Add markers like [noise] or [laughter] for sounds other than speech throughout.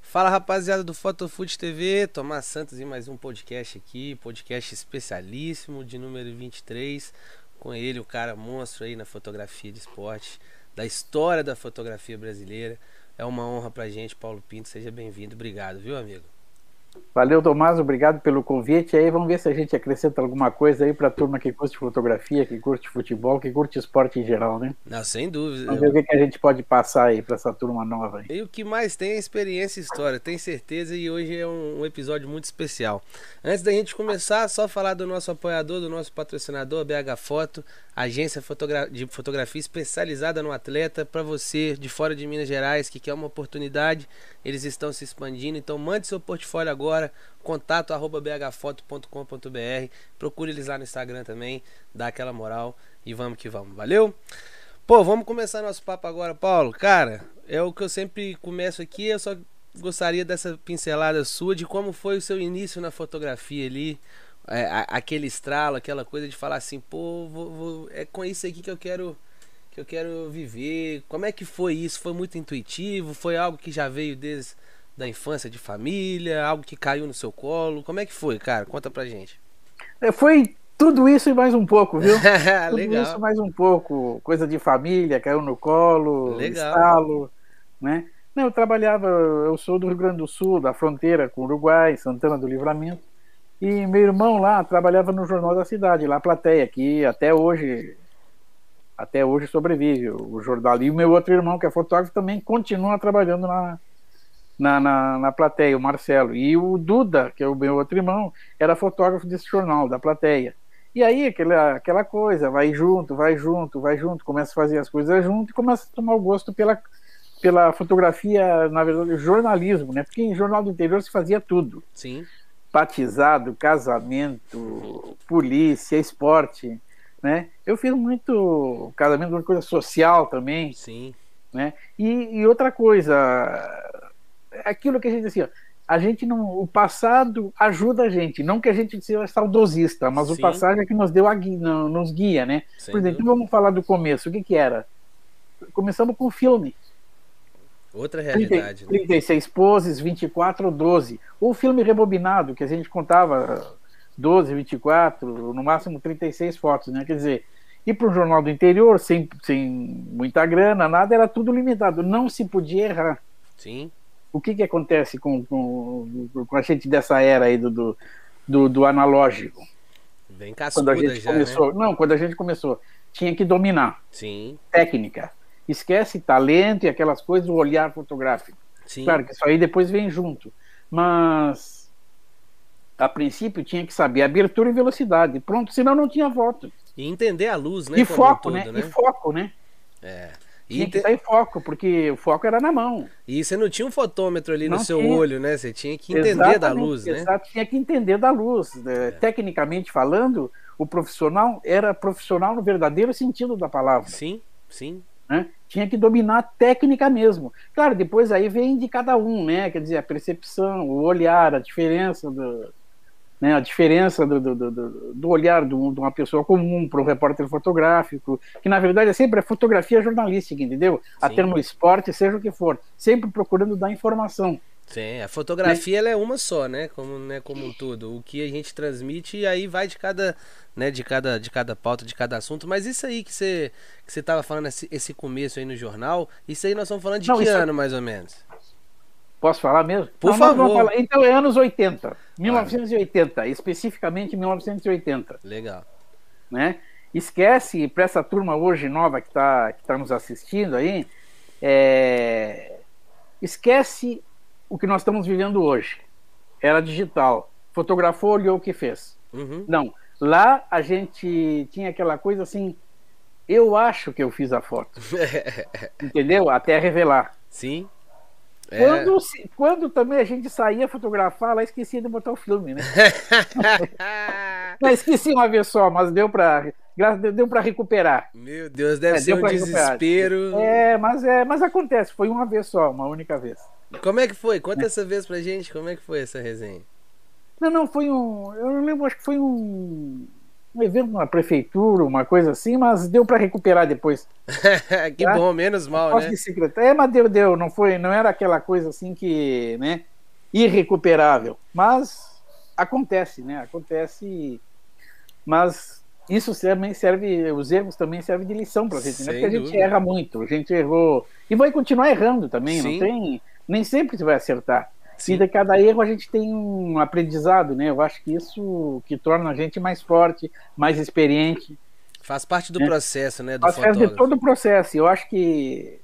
Fala rapaziada do Fotofood TV, Tomás Santos e mais um podcast aqui, podcast especialíssimo de número 23. Com ele, o cara monstro aí na fotografia de esporte, da história da fotografia brasileira. É uma honra pra gente, Paulo Pinto, seja bem-vindo. Obrigado, viu, amigo? Valeu, Tomás, obrigado pelo convite. Aí vamos ver se a gente acrescenta alguma coisa aí para a turma que curte fotografia, que curte futebol, que curte esporte em geral, né? Não, sem dúvida. Vamos ver o que, que a gente pode passar aí para essa turma nova. Aí. E o que mais tem é experiência e história, tenho certeza, e hoje é um, um episódio muito especial. Antes da gente começar, só falar do nosso apoiador, do nosso patrocinador, BH Foto, agência fotogra de fotografia especializada no atleta. Para você de fora de Minas Gerais que quer uma oportunidade, eles estão se expandindo, então mande seu portfólio agora, contato arroba bhfoto.com.br, procure eles lá no Instagram também, dá aquela moral e vamos que vamos, valeu? Pô, vamos começar nosso papo agora, Paulo. Cara, é o que eu sempre começo aqui, eu só gostaria dessa pincelada sua de como foi o seu início na fotografia ali, é, a, aquele estralo, aquela coisa de falar assim, pô, vou, vou, é com isso aqui que eu quero que eu quero viver. Como é que foi isso? Foi muito intuitivo? Foi algo que já veio desde da infância de família, algo que caiu no seu colo? Como é que foi, cara? Conta pra gente. [laughs] É, foi tudo isso e mais um pouco, viu? Legal. Tudo isso e mais um pouco. Coisa de família, caiu no colo, Legal. estalo, né? Não, eu trabalhava, eu sou do Rio Grande do Sul, da fronteira com o Uruguai, Santana do Livramento. E meu irmão lá trabalhava no Jornal da Cidade, lá a plateia, que até hoje até hoje sobrevive o jornal. E o meu outro irmão, que é fotógrafo, também continua trabalhando na, na, na, na, plateia, o Marcelo. E o Duda, que é o meu outro irmão, era fotógrafo desse jornal, da plateia. E aí, aquela, aquela coisa, vai junto, vai junto, vai junto, começa a fazer as coisas junto e começa a tomar o gosto pela, pela fotografia, na verdade, jornalismo, né? Porque em jornal do interior se fazia tudo. Sim. Batizado, casamento, polícia, esporte, né? Eu fiz muito casamento, uma coisa social também, Sim. né? E, e outra coisa, aquilo que a gente assim, ó, a gente não, o passado ajuda a gente, não que a gente seja saudosista, mas Sim. o passado é que nos deu a guia, nos guia, né? Sem Por exemplo, dúvida. vamos falar do começo, o que que era? Começamos com um filme, Outra 30 realidade, né? 36 poses, 24 ou 12, ou filme rebobinado, que a gente contava 12, 24, no máximo 36 fotos, né? Quer dizer, ir para um jornal do interior sem, sem muita grana, nada, era tudo limitado, não se podia errar Sim. o que, que acontece com, com, com a gente dessa era aí do, do, do, do analógico? Bem Quando cascuda a gente já, né? começou. Não, quando a gente começou, tinha que dominar Sim, técnica. Esquece talento e aquelas coisas, o olhar fotográfico. sim. Claro que isso aí depois vem junto. Mas a princípio tinha que saber abertura e velocidade. Pronto, senão não tinha voto. E entender a luz, né? E como um foco, todo, né? E foco, né? É. E, Tinha que inte- estar em foco, porque o foco era na mão. e você não tinha um fotômetro ali no Não seu tinha. olho, né? Você tinha que entender da Exatamente, luz, né? É. Exato, tinha que entender da luz. né? Tecnicamente falando, o profissional era profissional no verdadeiro sentido da palavra. Sim, sim. né? Tinha que dominar a técnica mesmo. Claro, depois aí vem de cada um, né? Quer dizer, a percepção, o olhar, a diferença do. Né, a diferença do, do, do- do, do olhar de um- de uma pessoa comum para um repórter fotográfico, que na verdade é sempre a fotografia jornalística, entendeu? Sim. Até no esporte, seja o que for, sempre procurando dar informação. Sim, a fotografia ela é uma só, né? Como, né? Como um todo. O que a gente transmite e aí vai de cada, né? De cada, de cada pauta, de cada assunto. Mas isso aí que você que você tava falando esse, esse começo aí no jornal, isso aí nós estamos falando de Não, que isso- é ano mais ou menos? Posso falar mesmo? Por nós vamos favor. Ah. Então é anos 80, 1980, especificamente 1980, Legal. né? Esquece para essa turma hoje nova que está que tá nos assistindo aí, é, esquece o que nós estamos vivendo hoje. Era digital. Fotografou, olhou o que fez. Uhum. [laughs] Não, lá a gente tinha aquela coisa assim, eu acho que eu fiz a foto, entendeu? Até revelar. É, Sim. É. Quando, se- quando também a gente saía fotografar, lá esquecia de botar o filme, né? Ah! Não, esqueci uma vez só, mas deu para graças a Deus, deu para recuperar. Meu Deus, deve É, ser deu um pra recuperar. desespero. É, mas é, mas acontece, foi uma vez só, uma única vez. Como é que foi? Conta essa vez pra gente, como é que foi essa resenha? [laughs] Não, não, foi um, eu não lembro, acho que foi um um evento na prefeitura, uma coisa assim, mas deu para recuperar depois. que Tá? bom, menos mal, Posse né? de secretário. É, mas deu, deu, não foi, não era aquela coisa assim que, né, irrecuperável, mas acontece, né? Acontece. e- Mas isso também serve, os erros também servem de lição pra gente, Sem né? Porque a gente dúvida. erra muito, a gente errou e vai continuar errando também, Sim. não tem, nem sempre você vai acertar. Sim. E de cada erro a gente tem um aprendizado, né? Eu acho que isso que torna a gente mais forte, mais experiente Faz parte do processo, né? Do É. faz parte de fotógrafo. todo o processo. Eu acho que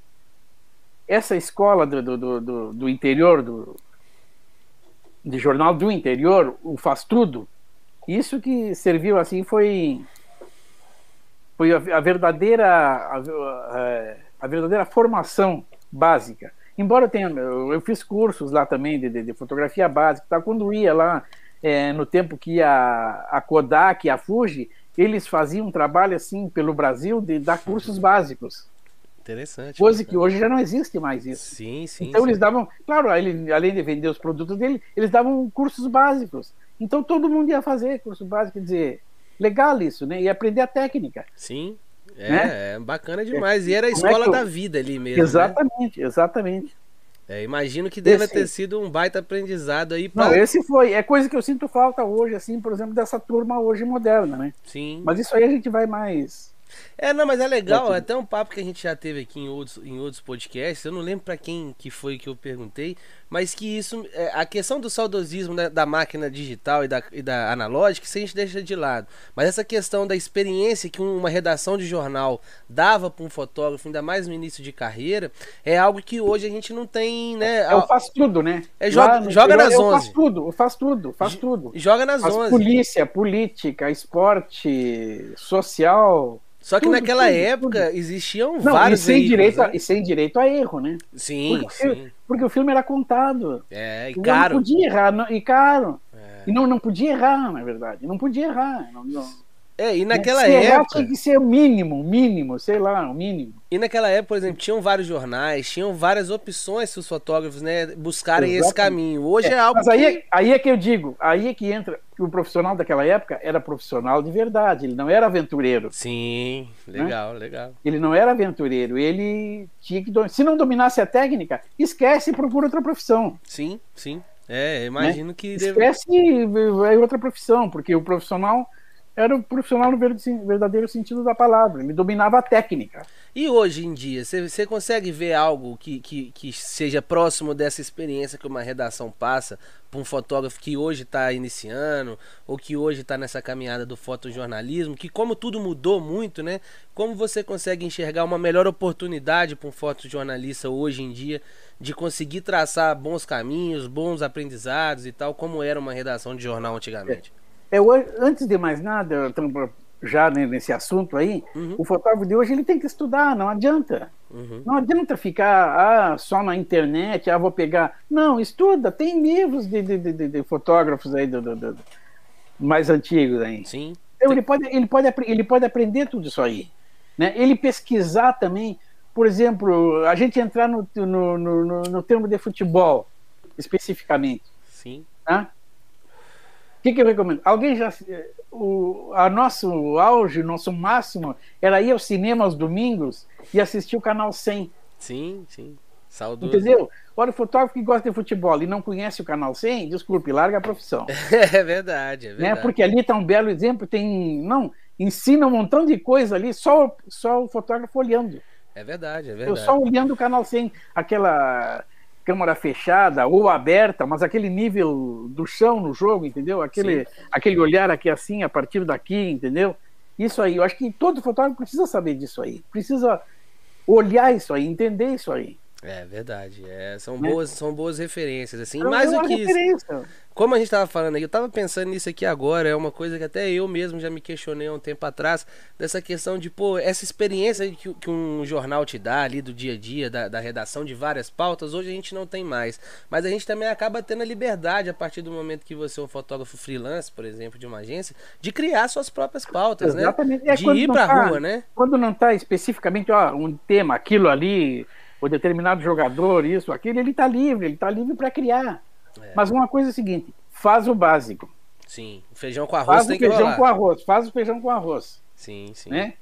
essa escola do, do, do- do, do interior, do, de jornal do interior, o faz tudo, isso que serviu assim foi, foi a, a verdadeira a, a- a verdadeira formação básica. Embora eu tenha, eu, eu fiz cursos lá também de, de, de fotografia básica, e tal. quando ia lá eh, no tempo que a, a Kodak e a Fuji, eles faziam um trabalho assim pelo Brasil de dar cursos básicos, Interessante. coisa que bacana. hoje já não existe mais isso. Sim, sim. Então sim. eles davam, claro, ele- além de vender os produtos dele, eles davam cursos básicos. Então todo mundo ia fazer curso básico, quer dizer, legal isso, né? E aprender a técnica. Sim. É, Né? é bacana demais. E era a Como é escola que eu- da vida ali mesmo. né? exatamente, exatamente. É, imagino que deve Esse- ter sido um baita aprendizado aí pra. Não, esse foi, é coisa que eu sinto falta hoje, assim, por exemplo, dessa turma hoje moderna, né? Sim. Mas isso aí a gente vai mais. É, não, mas é legal, Ótimo. é até um papo que a gente já teve aqui em outros, em outros podcasts, eu não lembro pra quem que foi que eu perguntei, mas que isso, é, a questão do saudosismo da, da máquina digital e da, e da analógica, isso a gente deixa de lado, mas essa questão da experiência que um, uma redação de jornal dava pra um fotógrafo, ainda mais no início de carreira, é algo que hoje a gente não tem, né, É o a- faz tudo, né? É joga- Lá no joga interior, nas é o faz 11. tudo, o faz tudo, faz tudo. joga nas Faz 11. polícia, política, esporte, social. Só que tudo, naquela tudo, época existiam Não, vários e sem veículos, direito a, né? e sem direito a erro, né? Sim, Porque o sim. filme- Porque o filme era contado. É, e Eu caro. Não podia errar, não- e caro. É. E não, não podia errar, na verdade. Não podia errar. Não, não. É, e naquela Se errar, época. tinha que ser o mínimo, o mínimo, sei lá, o mínimo. E naquela época, por exemplo, tinham vários jornais, tinham várias opções para os fotógrafos, né, buscarem esse Exatamente. caminho. Hoje é, algo Mas aí, que- é- aí é que eu digo, aí é que entra que o profissional daquela época era profissional de verdade, ele não era aventureiro. Sim, legal, legal. Ele não era aventureiro, ele tinha que. do- Se não dominasse a técnica, esquece e procura outra profissão. Sim, sim. Né? É, imagino que deve... Esquece e vai outra profissão, porque o profissional era o profissional no ver- verdadeiro sentido da palavra, ele dominava a técnica. E hoje em dia, você- você consegue ver algo que, que, que seja próximo dessa experiência que uma redação passa para um fotógrafo que hoje está iniciando ou que hoje está nessa caminhada do fotojornalismo, que como tudo mudou muito, né? Como você consegue enxergar uma melhor oportunidade para um fotojornalista hoje em dia de conseguir traçar bons caminhos, bons aprendizados e tal, como era uma redação de jornal antigamente? É, hoje- antes de mais nada, eu tô- já né, nesse assunto aí, Uhum. o fotógrafo de hoje ele tem que estudar, não adianta. Uhum. Não adianta ficar ah, só na internet, ah, vou pegar. Não, estuda, tem livros de, de- de- de- de fotógrafos aí do, do- do- mais antigos aí. Sim, Então, ele, pode, ele, pode, apre- ele pode aprender tudo isso aí. Né? Ele pesquisar também, por exemplo, a gente entrar no, no, no, no- no termo de futebol, especificamente. sim. Tá? O que, que eu recomendo? Alguém já. eh, O a nosso auge, o nosso máximo, era ir ao cinema aos domingos e assistir o Canal 100. Sim, sim. Saudoso. Entendeu? Olha, o fotógrafo que gosta de futebol e não conhece o Canal 100, desculpe, larga a profissão. [laughs] É verdade, é né? verdade. Porque ali está um belo exemplo, tem. Não, ensina um montão de coisa ali, só, só o fotógrafo olhando. É verdade, é Eu um verdade. só olhando o canal sem aquela câmera fechada ou aberta, mas aquele nível do chão no jogo, entendeu? Aquele, aquele olhar aqui assim, a partir daqui, entendeu? Isso aí, eu acho que todo fotógrafo precisa saber disso aí, precisa olhar isso aí, entender isso aí. É verdade. é, são, Né? boas, são boas referências, assim. Então, Mais é do uma que isso. referência. Como a gente tava falando aí, eu tava pensando nisso aqui agora, é uma coisa que até eu mesmo já me questionei há um tempo atrás, dessa questão de, pô, essa experiência que, que um jornal te dá ali do dia a dia, da, da redação de várias pautas, hoje a gente não tem mais. Mas a gente também acaba tendo a liberdade, a partir do momento que você é um fotógrafo freelance, por exemplo, de uma agência, de criar suas próprias pautas, Exatamente. né? É De quando ir não pra tá- rua, né? Quando não está especificamente ó, um tema, aquilo ali, ou determinado jogador, isso, tá aquilo, ele está livre, ele está livre para criar. Mas uma coisa é a seguinte: é faz o básico. Sim. O feijão com arroz Faz o tem que feijão rolar. com arroz, faz o feijão com arroz, Sim, sim. né?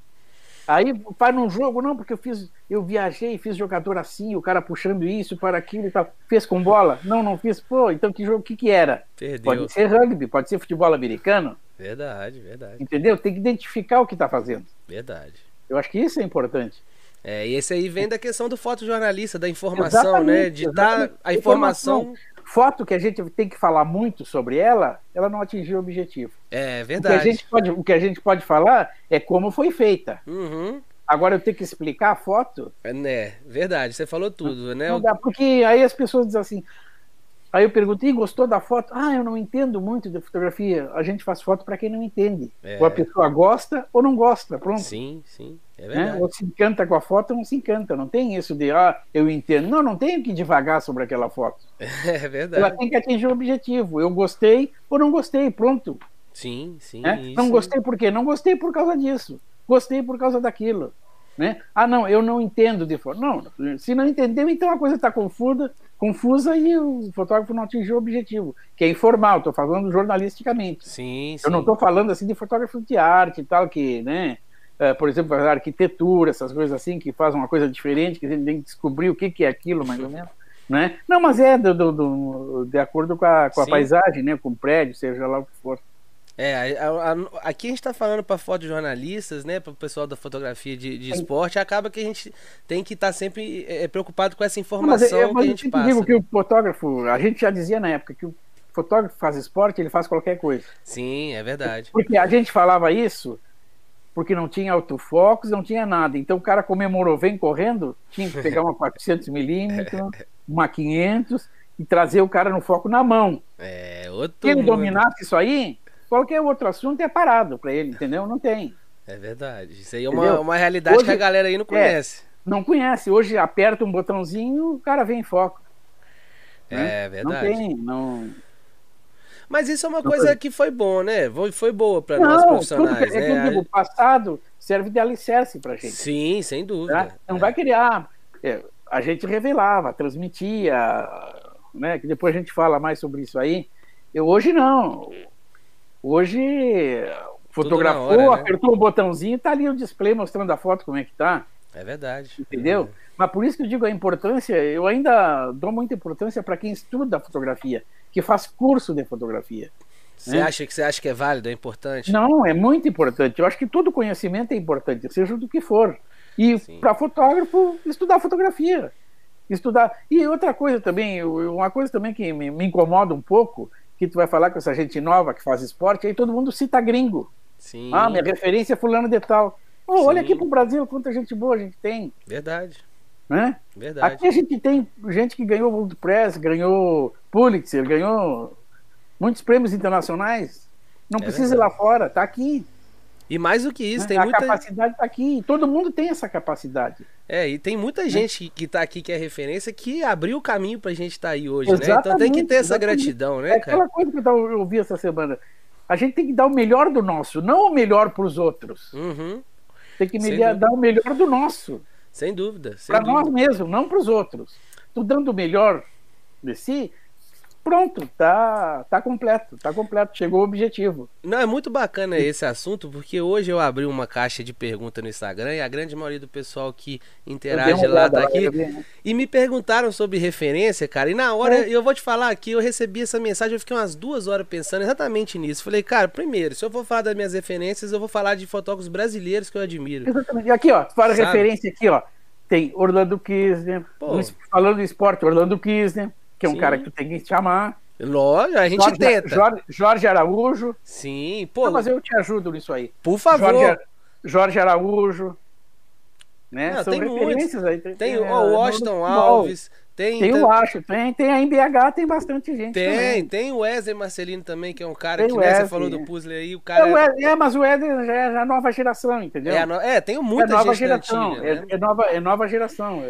Aí faz num jogo, não, porque eu fiz, eu viajei, fiz jogador assim, o cara puxando isso para aquilo e tal. Fez com bola? Não, não fiz. Pô, então que jogo, o que que era? Perdeu. Pode ser rugby, pode ser futebol americano, Verdade, verdade, entendeu? Tem que identificar o que está fazendo. verdade. Eu acho que isso é importante. É, e esse aí vem da questão do fotojornalista, da informação, né? Exatamente, De dar a exatamente. informação. Foto que a gente tem que falar muito sobre ela, ela não atingiu o objetivo. É O que, a verdade. gente pode, o que a gente pode falar é como foi feita. Uhum. Agora eu tenho que explicar a foto, É, né, verdade, você falou tudo, né? não dá, porque aí as pessoas dizem assim. Aí eu pergunto, e gostou da foto? Ah, eu não entendo muito de fotografia. A gente faz foto para quem não entende. É. Ou a pessoa gosta ou não gosta, pronto. Sim, sim, é né? verdade. Ou se encanta com a foto ou não se encanta. Não tem isso de, ah, eu entendo. Não, não tenho que devagar sobre aquela foto. [laughs] É Ela verdade. tem que atingir o objetivo. Eu gostei ou não gostei, pronto. Sim, sim. né? Não isso. gostei por quê? Não gostei por causa disso. Gostei por causa daquilo. Né? Ah, não, eu não entendo de foto. Não, se não entendeu, então a coisa está confusa, confusa e o fotógrafo não atingiu o objetivo, que é informal, estou falando jornalisticamente. Sim, sim. Eu não estou falando assim de fotógrafo de arte e tal, que, né? eh, por exemplo, a arquitetura, essas coisas assim, que faz uma coisa diferente, que a gente tem que descobrir o que, que é aquilo, mais ou menos. Né? Não, mas é do, do- do- de acordo com a, com a Sim. paisagem, né? com o prédio, seja lá o que for. É, a- a- a- aqui a gente tá falando pra fotojornalistas, né? Pro pessoal da fotografia de, de esporte, acaba que a gente tem que estar sempre é, preocupado com essa Não, Mas, é, informação eu- mas que a eu gente sempre passa. digo que o fotógrafo, a gente já dizia na época que o fotógrafo faz esporte, ele faz qualquer coisa. Sim, é verdade. Porque a gente falava isso porque não tinha autofocus, não tinha nada. Então o cara comemorou, vem correndo, tinha que pegar [laughs] uma 400mm, uma 500 e trazer o cara no foco na mão. É, outro Se ele mundo. dominasse isso aí, qualquer outro assunto é parado para ele, entendeu? Não tem. É verdade. Isso aí é uma, Entendeu? uma realidade que Hoje- É. a galera aí não conhece. Não conhece. Hoje aperta um botãozinho, o cara vem em foco. É, verdade. Hum? Não tem, não, Mas isso é uma coisa que foi bom, né? Foi, foi boa pra nós tudo que, profissionais, é que eu né? digo, o passado serve de alicerce para gente. Sim, sem tá? dúvida. Não É. vai criar. é, a gente revelava, transmitia, né? Que depois a gente fala mais sobre isso aí. Eu hoje não. Hoje fotografou, hora, né? apertou o botãozinho, tá ali o display mostrando a foto como é que tá, É verdade. entendeu? É. Mas por isso que eu digo a importância, eu ainda dou muita importância para quem estuda fotografia, que faz curso de fotografia. Você né? acha que você acha que é válido, é importante? Não, é muito importante. Eu acho que todo conhecimento é importante, seja do que for. E Sim. para fotógrafo, estudar fotografia. Estudar. E outra coisa também, eu- uma coisa também que me, me incomoda um pouco, que tu vai falar com essa gente nova que faz esporte, aí todo mundo cita gringo. Sim. Ah, minha referência é fulano de tal. Ô, Sim. olha aqui pro Brasil, quanta gente boa a gente tem, Verdade. né? Verdade. Aqui a gente tem gente que ganhou World Press, ganhou Pulitzer, ganhou muitos prêmios internacionais. Não É precisa ir lá fora, tá aqui. E mais do que isso, Né? tem a muita capacidade está aqui, e todo mundo tem essa capacidade. É, e tem Né? muita gente que- que tá aqui que é referência que abriu o caminho pra gente estar aí hoje, né? Então tem que ter essa Exatamente, exatamente. gratidão, É, né, cara? aquela coisa que eu tava- eu ouvi essa semana. A gente tem que dar o melhor do nosso, não o melhor para os outros. Uhum. Tem que Sem melhor- dúvida. dar o melhor do nosso, Sem dúvida, sem para dúvida. nós mesmos, não para os outros. Tu dando o melhor de si, pronto, tá, tá completo, tá completo, chegou o objetivo. Não, é muito bacana esse assunto, porque hoje eu abri uma caixa de pergunta no Instagram e a grande maioria do pessoal que Eu dei uma interage lá olhada tá aqui. também, né? E me perguntaram sobre referência, cara. E na É. hora, eu vou te falar que eu recebi essa mensagem, eu fiquei umas duas horas pensando exatamente nisso. Falei, cara, primeiro, se eu for falar das minhas referências, eu vou falar de fotógrafos brasileiros que eu admiro. Exatamente. E Aqui, ó, para Sabe? referência aqui, ó, tem Orlando Kisner, Pô. no es- falando em esporte, Orlando Kisner, que é um Sim. cara que tu tem que chamar. Lógico, a gente Jorge, tenta. Jorge, Jorge Araújo. Sim, pô, Não, mas eu te ajudo nisso aí. por favor. Jorge, Ara- Jorge Araújo. Né? Não, São tem referências aí. Tem é, o ó, o Washington futebol. Alves, tem, Tem o Acho, tem, tem a MBH, tem bastante gente. tem, também. tem o Wesley Marcelino também, que é um cara Tem que o né, você Wesley, falou do é. puzzle aí, o É, cara o Ed- é, mas o Éder já é a nova geração, entendeu? é, a no- é, tem muita É nova gente da geração. antiga, né? é, é nova, é nova geração.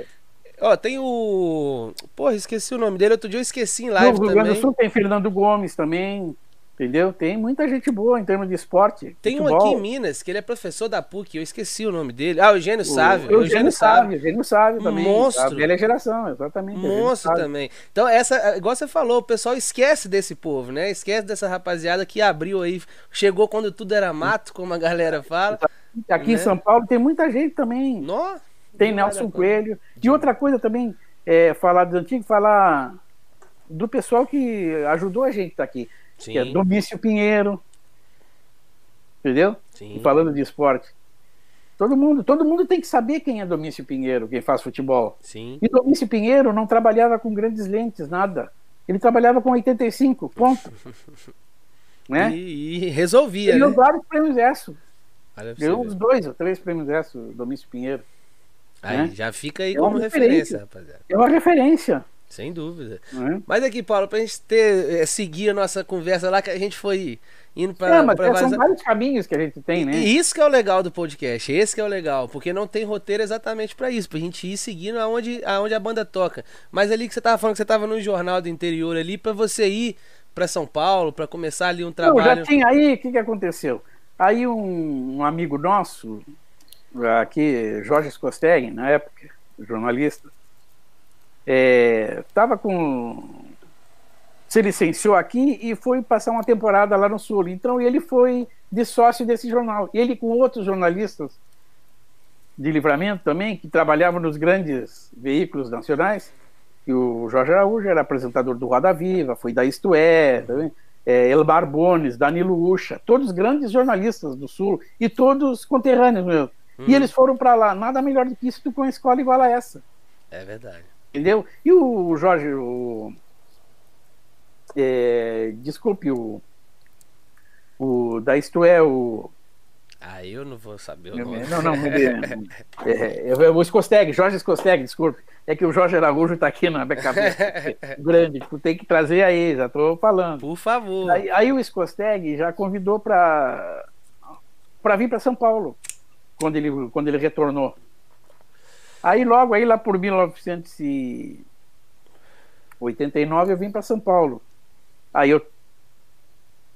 Ó, tem o. Porra, esqueci o nome dele. Outro dia eu esqueci em No live Rio Grande do também. Sul tem Fernando Gomes também. Entendeu? Tem muita gente boa em termos de esporte. Tem um futebol. aqui em Minas que ele é professor da PUC, eu esqueci o nome dele. Ah, Eugênio Sávio. O Eugênio Sávio, Eugênio Sávio também. Monstro. A velha geração, exatamente. Eugênio Monstro Sávio. também. Então, essa, igual você falou, o pessoal esquece desse povo, né? Esquece dessa rapaziada que abriu aí, chegou quando tudo era mato, como a galera fala. Aqui em né? São Paulo tem muita gente também. Nó, Tem Não Nelson era, Coelho. E outra coisa também, é, falar dos antigos, falar do pessoal que ajudou a gente tá aqui. Sim, Que é Domício Pinheiro. Entendeu? sim. Falando de esporte. Todo mundo, todo mundo tem que saber quem é Domício Pinheiro, quem faz futebol. Sim. E Domício Pinheiro não trabalhava com grandes lentes, nada. Ele trabalhava com 85, ponto. né? E, e resolvia, Ganhou né? vários prêmios ESSO. Olha pra você Ganhou uns ver. dois ou três prêmios ESSO, Domício Pinheiro. Aí, né? já fica aí É uma como referência. referência, rapaziada. É uma referência. Sem dúvida. Né? Mas aqui, Paulo, pra gente ter, eh, seguir a nossa conversa lá, que a gente foi indo pra, é, mas pra são várias- vários caminhos que a gente tem, né? E isso que é o legal do podcast, esse que é o legal, porque não tem roteiro exatamente pra isso, pra gente ir seguindo aonde, aonde a banda toca. Mas ali que você tava falando que você tava num jornal do interior ali, pra você ir pra São Paulo, pra começar ali um Não, trabalho. já tinha aí, o que, que aconteceu? Aí um, um amigo nosso, aqui, Jorge Scosteg, na época, jornalista, estava com. se licenciou aqui e foi passar uma temporada lá no Sul. Então ele foi de sócio desse jornal. Ele com outros jornalistas de livramento também, que trabalhavam nos grandes veículos nacionais, e o Jorge Araújo era apresentador do Roda Viva, foi da Isto É, também, é, El Barbones, Danilo Ucha, todos grandes jornalistas do Sul e todos conterrâneos mesmo. E eles foram para lá, nada melhor do que isso do que uma escola igual a essa, É verdade. entendeu? E o Jorge, o, é, desculpe, o, o da Isto É, o Aí eu não vou saber o meu- nome. Não, não, ele, é, é, é o Escosteg, Jorge Escosteg, desculpe. É que o Jorge Araújo está aqui na minha cabeça. grande, tipo, tem que trazer aí, já estou falando. Por favor. Aí, aí o Escosteg já convidou para vir para São Paulo, quando ele, quando ele retornou. Aí logo, aí lá por 1989, eu vim para São Paulo. Aí eu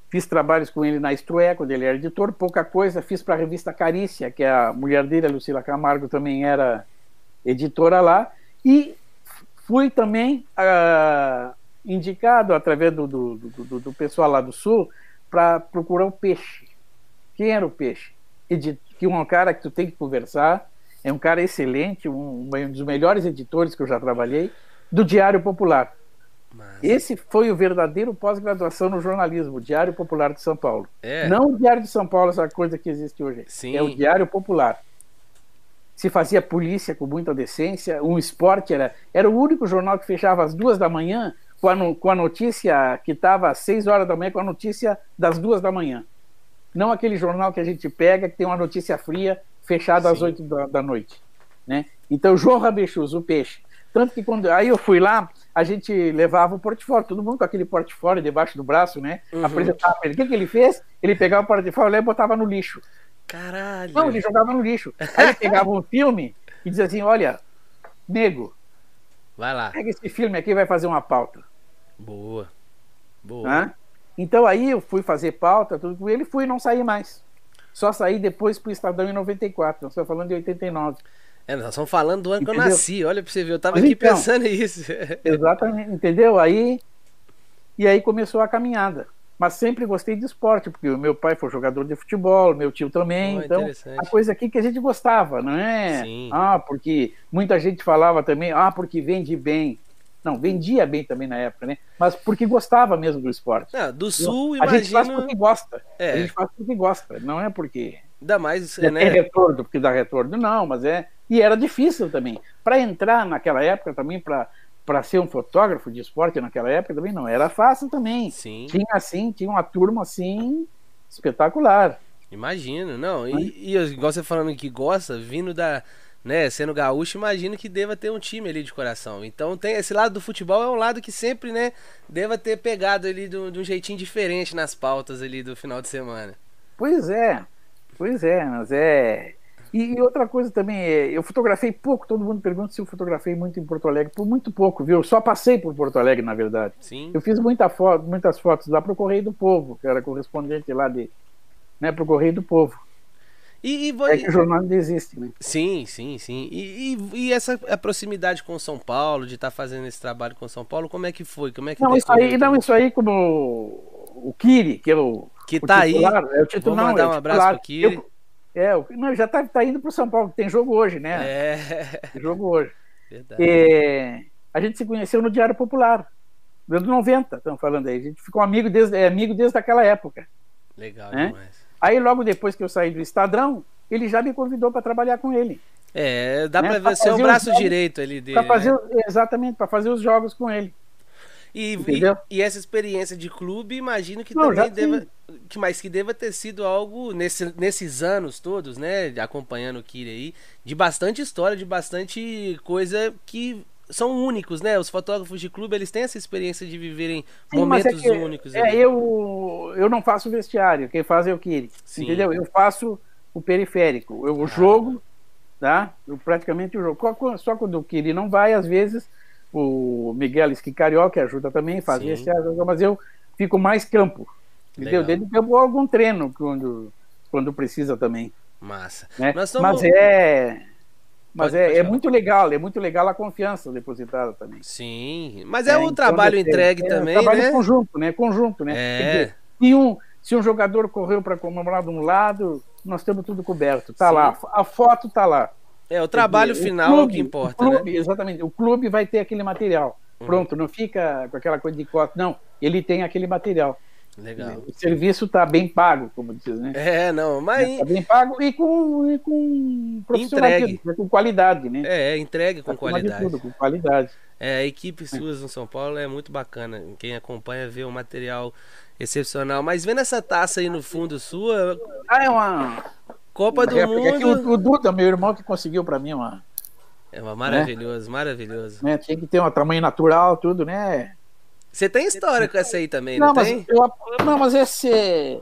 Fiz trabalhos com ele na Istrué, quando ele era editor, pouca coisa. Fiz para a revista Carícia, que é a mulher dele, a Lucila Camargo, também era editora lá. E fui também ah, indicado, através do, do, do- do- do pessoal lá do Sul, para procurar o peixe. Quem era o peixe? Edi- Que é um cara que tu tem que conversar, é um cara excelente, um, um dos melhores editores que eu já trabalhei, do Diário Popular. Mas- Esse foi o verdadeiro pós-graduação no jornalismo, o Diário Popular de São Paulo. é, Não o Diário de São Paulo, essa coisa que existe hoje. Sim. É o Diário Popular. Se fazia polícia com muita decência, um esporte era. Era o único jornal que fechava às duas da manhã com a, no- com a notícia que estava às seis horas da manhã, com a notícia das duas da manhã. Não aquele jornal que a gente pega, que tem uma notícia fria, fechada às Sim. oito da, da noite. Né? Então, João Rabechus, o peixe. Tanto que quando aí eu fui lá, a gente levava o portfólio, todo mundo com aquele portfólio debaixo do braço, né? Uhum. Apresentava pra ele. O que, que ele fez? Ele pegava o portfólio e botava no lixo. Caralho. Não, ele jogava no lixo. Aí ele pegava um filme e dizia assim: olha, nego, Vai lá. pega esse filme aqui e vai fazer uma pauta. Boa. Boa. né? Então aí eu fui fazer pauta, tudo com ele, fui e não saí mais. Só saí depois pro Estadão em 94, nós estamos falando de 89. É, nós estamos falando do ano que eu Entendeu? nasci, olha pra você ver, eu tava Mas aqui então- pensando [laughs] É, nisso. Exatamente, entendeu? Aí e aí começou a caminhada. Mas sempre gostei de esporte, porque o meu pai foi jogador de futebol, meu tio também, Pô, então interessante. a coisa aqui que a gente gostava, não é? Sim. Ah, porque muita gente falava também, ah, porque vende bem. Não, vendia bem também na época, né? Mas porque gostava mesmo do esporte. Não, do sul, a gente faz imagino. porque gosta. É. A gente faz porque gosta, não é porque Ainda mais, é, tem né? retorno, porque dá retorno, não, mas é. E era difícil também. Para entrar naquela época também, para ser um fotógrafo de esporte naquela época também não era fácil também. Sim, Tinha assim, tinha uma turma assim espetacular. imagino, não. E, e eu- igual você falando que gosta, vindo da. Né, sendo gaúcho, imagino que deva ter um time ali de coração. Então tem esse lado do futebol é um lado que sempre, né, deva ter pegado ali do- de um jeitinho diferente nas pautas ali do final de semana. Pois é, pois é, mas é. E, e outra coisa também é, eu fotografei pouco, todo mundo pergunta se eu fotografei muito em Porto Alegre, por muito pouco, viu? Eu só passei por Porto Alegre, na verdade. Sim. Eu fiz muita foto, muitas fotos lá pro Correio do Povo, que era correspondente lá de, né, pro Correio do Povo. E, e vo- É que o jornal ainda existe, né? Sim, sim, sim. E, e- e essa a proximidade com São Paulo, de estar fazendo esse trabalho com São Paulo, como é que foi? Como é que Não, isso decorreu aí, tudo? não, um isso aí como o Kiri, que é o que O tá aí. titular, é o titular, Vou mandar é o um titular. abraço pro Kiri. Eu- é, o- não, já tá, tá indo pro São Paulo, que tem jogo hoje, né? É, [laughs] Tem jogo hoje. verdade. É, a gente se conheceu no Diário Popular, do ano 90, estamos falando aí. A gente ficou amigo desde, é, amigo desde aquela época. Legal né? demais. Aí, logo depois que eu saí do Estadão, ele já me convidou para trabalhar com ele. É, dá né? pra Pra ver, você é o fazer braço um jogo- direito ali dele. Pra fazer, né? o- Exatamente, para fazer os jogos com ele. E, e, entendeu? e essa experiência de clube, imagino que Não, também já deva. Que, mas que deva ter sido algo nesse- nesses anos todos, né? Acompanhando o Kiri aí, de bastante história, de bastante coisa que são únicos, né? Os fotógrafos de clube, eles têm essa experiência de viverem Sim, mas momentos é que- únicos. É, ali. eu, eu não faço vestiário, quem faz é o Kiri. Sim. Ah. Entendeu? Eu faço o periférico, eu jogo, tá? Eu praticamente o jogo. Só quando- Só quando o Kiri não vai, às vezes o Miguel Esquicarioca que ajuda também, faz Sim. vestiário, mas eu fico mais campo. Entendeu? Legal. Dentro do campo ou algum treino quando, quando precisa também. Massa. né? Nós estamos- Mas é. Mas então Pode- é, pode é falar. muito legal, é muito legal a confiança depositada também. Sim. Mas é, o então, trabalho é- entregue é, também, trabalho né? conjunto, né? Conjunto, né? Quer É. dizer, se um, se um jogador correu para comemorar de um lado, nós temos tudo coberto. Tá Sim. lá, a foto tá lá. É, o trabalho Quer dizer, final é o que importa, o né? Uhum. clube, Exatamente. O clube vai ter aquele material. Pronto, não fica com aquela coisa de cota. Não, ele tem aquele material. Legal. é O serviço está bem pago, como diz, né? É, não, mas Está bem pago e com, e com profissionalismo, né? com qualidade, né? é, entregue com Acima de qualidade. tudo, com qualidade. É, a equipe suas no São Paulo é muito bacana. Quem acompanha vê um material excepcional. Mas vendo essa taça aí no fundo sua, Ah, é uma, Copa do réplica que Mundo. é, o, o Duda, meu irmão, que conseguiu para mim uma. É uma maravilhoso, maravilhoso. né, Tinha que ter um tamanho natural, tudo, né? Você tem história com essa aí também, não, Não, mas, tem? eu- não, mas esse é-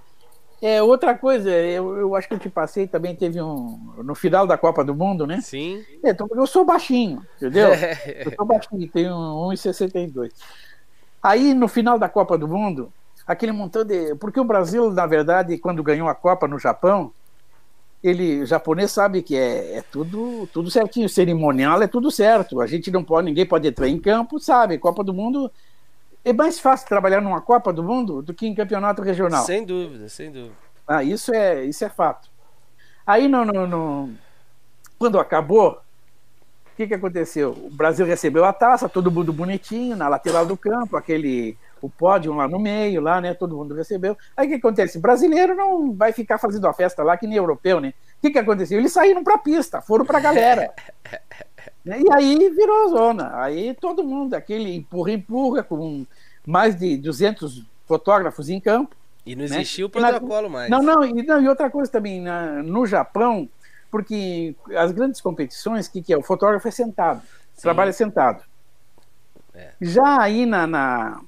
é outra coisa. Eu, eu acho que eu te passei também. Teve um. No final da Copa do Mundo, né? Sim. É, então, eu sou baixinho, entendeu? [laughs] É. Eu sou baixinho, tenho 1,62. Aí, no final da Copa do Mundo, aquele montão de. Porque o Brasil, na verdade, quando ganhou a Copa no Japão, ele, o japonês sabe que é, é tudo, tudo certinho, cerimonial é tudo certo. A gente não pode, ninguém pode entrar em campo, sabe? Copa do Mundo é mais fácil trabalhar numa Copa do Mundo do que em campeonato regional. Sem dúvida, sem dúvida. Ah, isso é, isso é fato. Aí no, no- no- quando acabou, o que, que aconteceu? O Brasil recebeu a taça, todo mundo bonitinho, na lateral do campo, aquele o pódio lá no meio, lá, né? Todo mundo recebeu. Aí o que acontece? Brasileiro não vai ficar fazendo a festa lá que nem europeu, né? O que, que aconteceu? Eles saíram pra pista, foram pra galera. Né, E aí virou zona. Aí todo mundo, aquele empurra-empurra, com mais de 200 fotógrafos em campo. E não Né? existiu o E na- protocolo mais. Não, não e, não, e outra coisa também, na- no Japão, porque as grandes competições, o que, que é? O fotógrafo é sentado, Sim. trabalha sentado. É. Já aí na, na,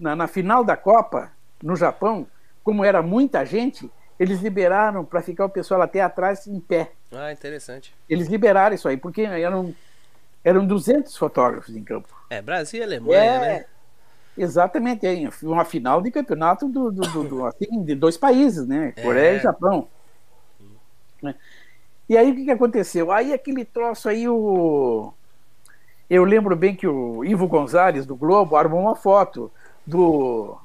na, na final da Copa, no Japão, como era muita gente, eles liberaram para ficar o pessoal até atrás em pé. Ah, interessante. Eles liberaram isso aí, porque eram, eram 200 fotógrafos em campo. É, Brasil e Alemanha, É. né? Exatamente, é uma final de campeonato do, do- do- do- assim, de dois países, né? Coreia É. e Japão. Né? E aí o que, que aconteceu? Aí aquele troço aí, o. Eu lembro bem que o Ivo Gonzalez do Globo armou uma foto do.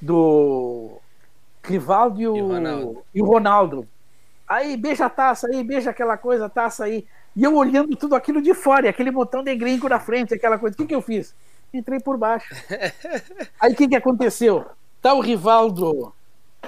Do. Rivaldo e o, E o Ronaldo. e o Ronaldo. Aí beija a taça aí, beija aquela coisa, a taça aí. E eu olhando tudo aquilo de fora, e aquele botão de gringo na frente, aquela coisa. O que, que eu fiz? Entrei [laughs] por baixo. Aí o que, que aconteceu? Tá o Rivaldo.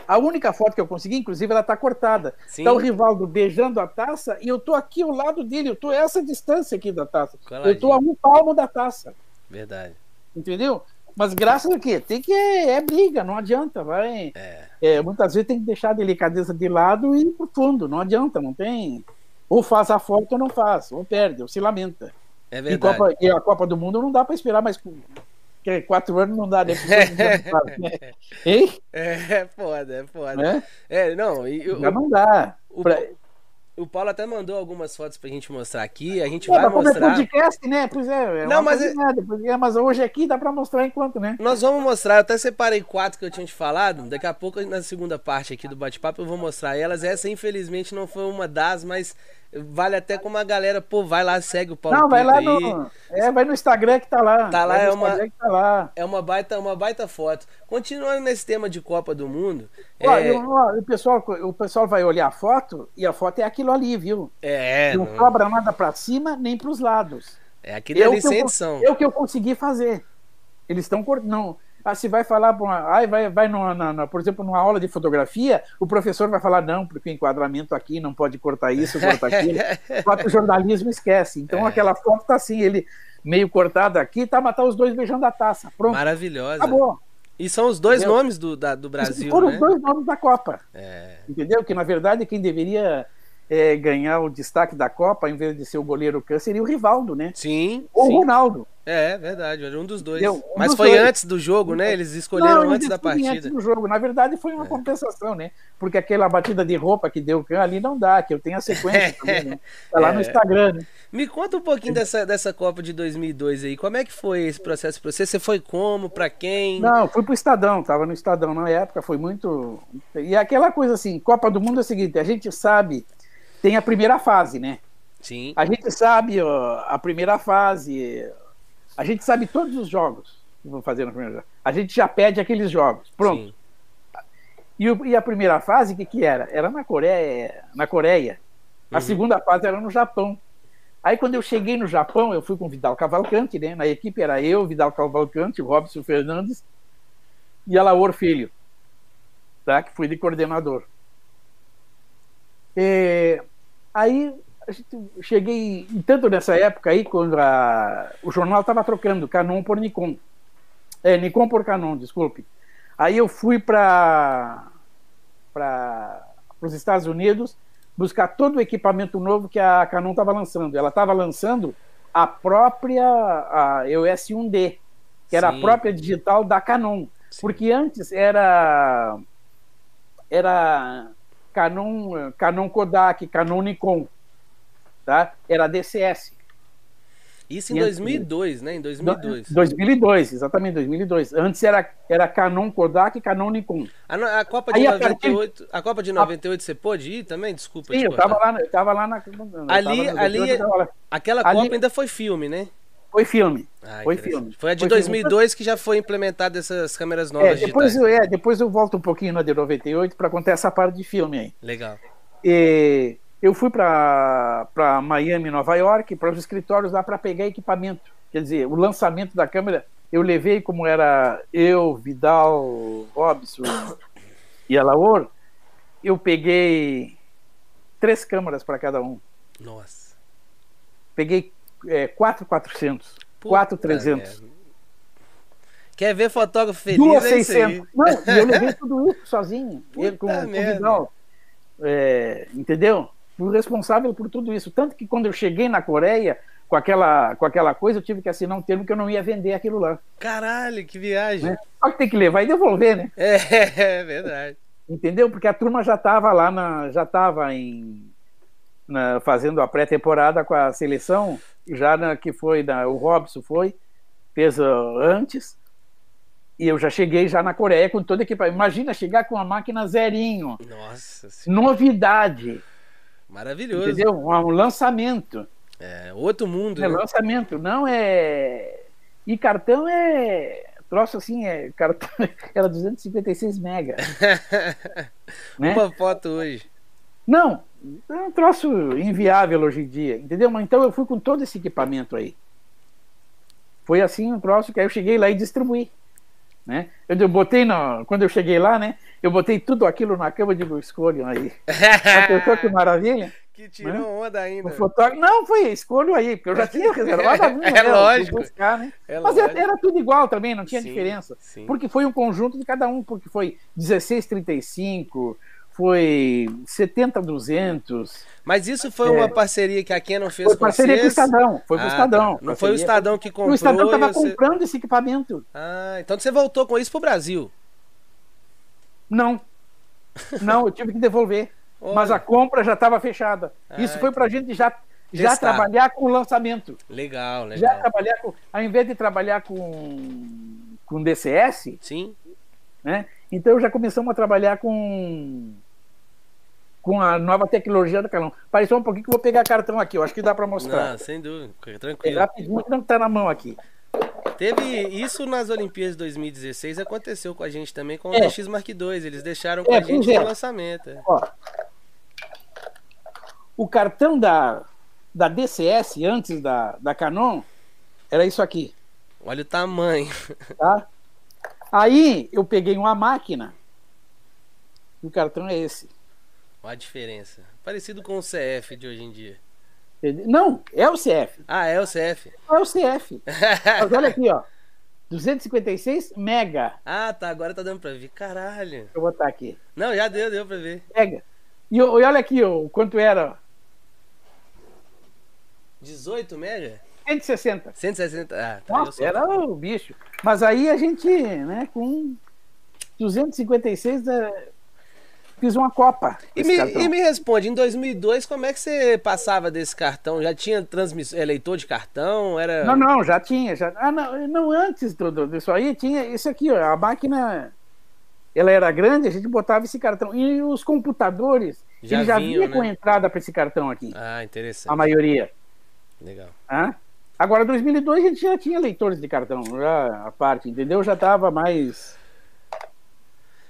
A única foto que eu consegui, inclusive, ela tá cortada. Sim. Tá o Rivaldo beijando a taça e eu tô aqui ao lado dele, eu tô essa distância aqui da taça. Eu tô a um palmo da taça, Verdade. entendeu? Mas graças a quê? Tem que é, é briga, não adianta, vai. É. É, muitas vezes tem que deixar a delicadeza de lado e ir pro fundo, não adianta, não tem. Ou faz a foto ou não faz, ou perde, ou se lamenta. É E, verdade. Copa, e a Copa do Mundo não dá para esperar mais qu- que- quatro anos, não [laughs] dá, né? Hein? É, é foda, é foda. Né? É, não, e o- Já não dá. o- Pra- O Paulo até mandou algumas fotos pra gente mostrar aqui. A gente É, vai mas como é mostrar. podcast, né? Pois é, é Não, uma mas coisa é- nada, pois é, mas hoje aqui dá pra mostrar enquanto, né? Nós vamos mostrar, eu até separei quatro que eu tinha te falado. Daqui a pouco, na segunda parte aqui do bate-papo, eu vou mostrar elas. Essa, infelizmente, não foi uma das, mas vale até como a galera, pô, vai lá, segue o Paulo Não, vai lá Pinto aí. no. É, vai no Instagram que tá lá. Tá lá, Vai no é uma- Instagram que tá lá. É uma baita, uma baita foto. Continuando nesse tema de Copa do Mundo. Ó, é, eu- ó, o, pessoal, o pessoal vai olhar a foto e a foto é aquilo ali, viu? é, não não- sobra nada pra cima nem pros lados. é aquele ali que eu sem con- edição. eu que eu consegui fazer. Eles estão cortando. Ah, se vai falar, pra uma- ai, vai, vai numa- na- na- por exemplo, numa aula de fotografia, o professor vai falar, não, porque o enquadramento aqui não pode cortar isso, [laughs] cortar aquilo. É, Enquanto o jornalismo esquece. Então aquela foto tá assim, ele meio cortada aqui, tá matar os dois beijando a taça. Pronto, Maravilhosa. acabou. E são os dois Entendeu? nomes do, da- do Brasil, foram né? os dois nomes da Copa. É, Entendeu? Que na verdade quem deveria eh, ganhar o destaque da Copa, em vez de ser o goleiro Kahn, seria o Rivaldo, né? Sim, Ou o sim. Ronaldo. É, verdade, era um dos dois. Entendeu? Um Mas dos foi dois. antes do jogo, né? Eles escolheram Não, antes da eles escolhem partida. É. do jogo. Na verdade, foi uma compensação, né? Porque aquela batida de roupa que deu o Kahn ali não dá, que eu tenho a [laughs] sequência também, né? Tá lá no É. Instagram, né? Me conta um pouquinho dessa, dessa Copa de 2002 aí. Como é que foi esse processo pra você? Você foi como? Pra quem? Não, fui pro Estadão, tava no Estadão na época, foi muito. E aquela coisa assim, Copa do Mundo é o seguinte, a gente sabe, tem a primeira fase, né? Sim. A gente sabe ó, a primeira fase, a gente sabe todos os jogos que vão fazer na primeira fase. A gente já pede aqueles jogos. Pronto. Sim. E, o- e a primeira fase, o que, que era? Era na Coreia. Na Coreia. A Uhum. segunda fase era no Japão. Aí, quando eu cheguei no Japão, eu fui com o Vidal Cavalcante, né? Na equipe era eu, Vidal Cavalcante, o Robson Fernandes e Alaor Filho, tá? que fui de coordenador. É, aí, a gente- cheguei, e tanto nessa época aí, quando a- o jornal estava trocando Canon por Nikon. É, Nikon por Canon, desculpe. Aí eu fui para os Estados Unidos buscar todo o equipamento novo que a Canon estava lançando. Ela estava lançando a própria a EOS 1D, que era Sim. a própria digital da Canon. Sim. Porque antes era era Canon, eh, Canon Kodak, Canon Nikon, tá? Era DCS. Isso em E assim, antes- 2002, né? Em 2002. 2002, exatamente 2002. Antes era era Canon Kodak, Canon Nikon. A, no- a Copa de Aí a partir- 98, a Copa de 98 você pôde ir também? Desculpa Sim, te eu estava cortar. lá, na- eu tava lá na eu Ali- tava na- ali- eu tava lá. Aquela ali- Copa ainda foi filme, né? foi filme. Ah, Foi interessante. filme. Foi a de Foi filme. 2002 que já foi implementada essas câmeras novas É, depois digitais. eu, é, depois eu volto um pouquinho na de 98 para contar essa parte de filme aí. Legal. E eu fui para Miami, Nova York, para os escritórios lá para pegar equipamento. Quer dizer, o lançamento da câmera eu levei como era eu, Vidal, Robson e Alaor. Eu peguei três câmeras para cada um. Nossa. Peguei é, quatro 400, Puta quatro 300, merda. Quer ver fotógrafo feliz? duas é isso aí. 600. Não, e [laughs] eu levei tudo isso sozinho, Puta eu com, com o merda. Vidal. É, entendeu? Fui responsável por tudo isso. Tanto que quando eu cheguei na Coreia com aquela, com aquela coisa, eu tive que assinar um termo que eu não ia vender aquilo lá. Caralho, que viagem. Só que tem que levar e devolver, né? É, [laughs] é verdade. Entendeu? Porque a turma já estava lá, na, já estava em. na- fazendo a pré-temporada com a seleção, já na- que foi, na- o Robson foi, fez ah, antes, e eu já cheguei já na Coreia com toda a equipa. Imagina chegar com uma máquina zerinho, Nossa senhora. novidade, Maravilhoso. entendeu? Um lançamento, É, outro mundo. é né? lançamento, não é... E cartão é... Troço assim, é, cartão, [laughs] era 256 mega. né? Uma foto hoje. Não, é um troço inviável hoje em dia, entendeu? Mas então eu fui com todo esse equipamento aí. Foi assim um troço que aí eu cheguei lá e distribuí. Né? Eu, eu botei na, quando eu cheguei lá, né? Eu botei tudo aquilo na cama de escolho aí. Ah, Pensou que Né? maravilha? [laughs] que tirou onda ainda. O fotógrafo. Não, foi escolho aí, porque eu já tinha reservado a minha. [laughs] É né? Eu fui lógico. buscar, né? É Mas lógico. era, era tudo igual também, não tinha Sim, diferença. sim. Porque foi um conjunto de cada um, porque foi 1635, foi 70200. Mas isso foi uma É. parceria que a Canon fez Foi com parceria vocês? com o Estadão. Foi com o Ah, Estadão. tá. Não foi o Parceria- Estadão que comprou. O Estadão e estava você- comprando esse equipamento. Ah, então você voltou com isso pro Brasil. Não. Não, eu tive que devolver. Olha. mas a compra já estava fechada. Ah, Isso foi para a gente já, já Testar. trabalhar com o lançamento. Legal, legal. Já trabalhar com. Ao invés de trabalhar com, com DCS, Sim, né? Então já começamos a trabalhar com com a nova tecnologia da Calão. Parei só um pouquinho que eu vou pegar cartão aqui, eu acho que dá para mostrar. não, sem dúvida, fica É tranquilo. rapidinho, não tá na mão aqui. Teve isso nas Olimpíadas de 2016, aconteceu com a gente também com o É. DX Mark II. Eles deixaram com É, a gente pois é. no lançamento. é. Ó, o cartão da, da DCS antes da, da Canon era isso aqui, Olha o tamanho. [laughs] tá? Aí eu peguei uma máquina e o cartão é esse. Olha a diferença. Parecido com o CF de hoje em dia. Entende? Não, é o CF. Ah, é o CF. É o CF. Mas olha aqui, ó. 256 mega. [laughs] ah, tá. Agora tá dando pra ver. Caralho. Deixa eu botar aqui. Não, já deu, deu pra ver. Mega. E, o- e olha aqui, ó, o quanto era. 18 mega? 160. 160. Ah, tá. eu Nossa, sou- era o bicho. Mas aí a gente, né, com 256, da- é, fiz uma copa. com E esse me, cartão. e me responde, em 2002, como é que você passava desse cartão? Já tinha transmissão, eleitor de cartão? Era. Não, não, já tinha. Já... Ah, não, não, antes do, do- disso aí, tinha isso aqui, ó, a máquina. Ela era grande, a gente botava esse cartão. E os computadores, Já ele já vinham, vinha com né? entrada para esse cartão aqui, Ah, a interessante. maioria. Legal. Hã? Agora, 2002, a gente já tinha leitores de cartão, já a parte, entendeu? Já estava mais.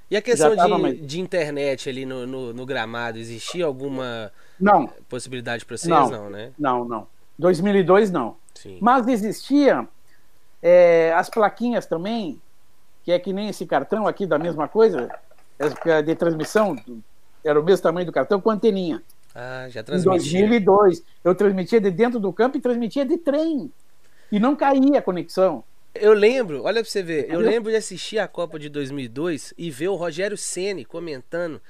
E a questão Já tá tava de, mais- de internet ali no, no, no gramado, existia alguma Não, possibilidade pra vocês? Não, Não. né? não, não. 2002, não. Sim. Mas existia é, as plaquinhas também, que é que nem esse cartão aqui da mesma coisa, as- de transmissão, do- era o mesmo tamanho do cartão, com anteninha. Ah, já Em transmitia. 2002, eu transmitia de dentro do campo e transmitia de trem. E não caía a conexão. Eu lembro, olha pra você ver, eu Entendeu? lembro de assistir a Copa de 2002 e ver o Rogério Ceni comentando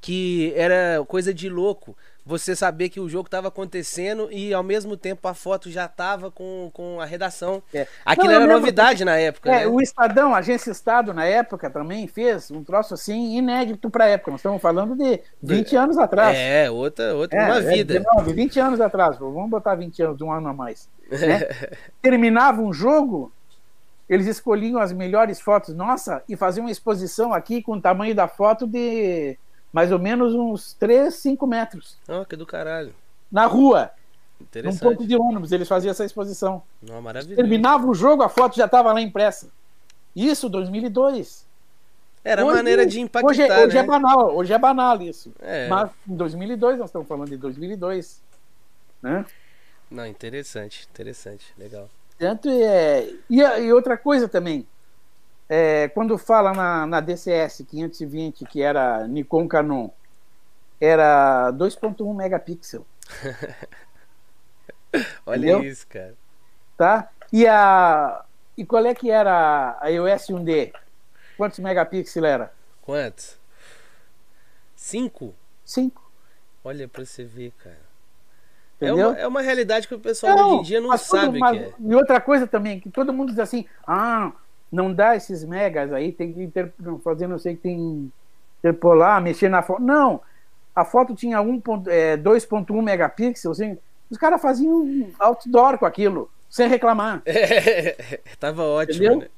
que era coisa de louco você saber que o jogo tava acontecendo e ao mesmo tempo a foto já tava com, com a redação. É. Aquilo Não, eu era lembro- novidade na época, É, né? o Estadão, a agência Estado, na época também fez um troço assim inédito para a época. Nós estamos falando de 20 anos atrás. É, outra, outra uma é, vida. 19, 20 anos atrás, pô, vamos botar 20 anos, um ano a mais. né? [laughs] Terminava um jogo, eles escolhiam as melhores fotos nossa e faziam uma exposição aqui com o tamanho da foto de mais ou menos uns 3, 5 metros. Ó, que do caralho. Na rua, num Interessante. ponto de ônibus, eles faziam essa exposição. Não, maravilhoso. Terminava o jogo, a foto já estava lá impressa. Isso, 2002. Era Hoje- maneira de impactar, hoje, é- hoje né? é banal, hoje é banal isso. É. Mas em 2002, nós estamos falando de 2002. Né? Não, interessante, interessante, legal. Tanto é. E, a- e outra coisa também, é, quando fala na, na DCS 520, que era Nikon Canon, era 2,1 megapixel, Olha Entendeu? isso, cara. tá? E, a, e qual é que era a EOS 1D? Quantos megapixels era? Quantos? Cinco? 5. Olha pra você ver, cara. É Entendeu? uma, é uma realidade que o pessoal hoje em dia não mas todo- sabe o mas- que é. E outra coisa também, que todo mundo diz assim, ah, não dá esses megas aí, tem que inter... não, fazer não sei o que tem interpolar, mexer na foto. Não, a foto tinha 1 ponto- é, 2.1 megapixels, assim, os caras faziam um outdoor com aquilo, sem reclamar. é. [laughs] Tava ótimo, Entendeu? né?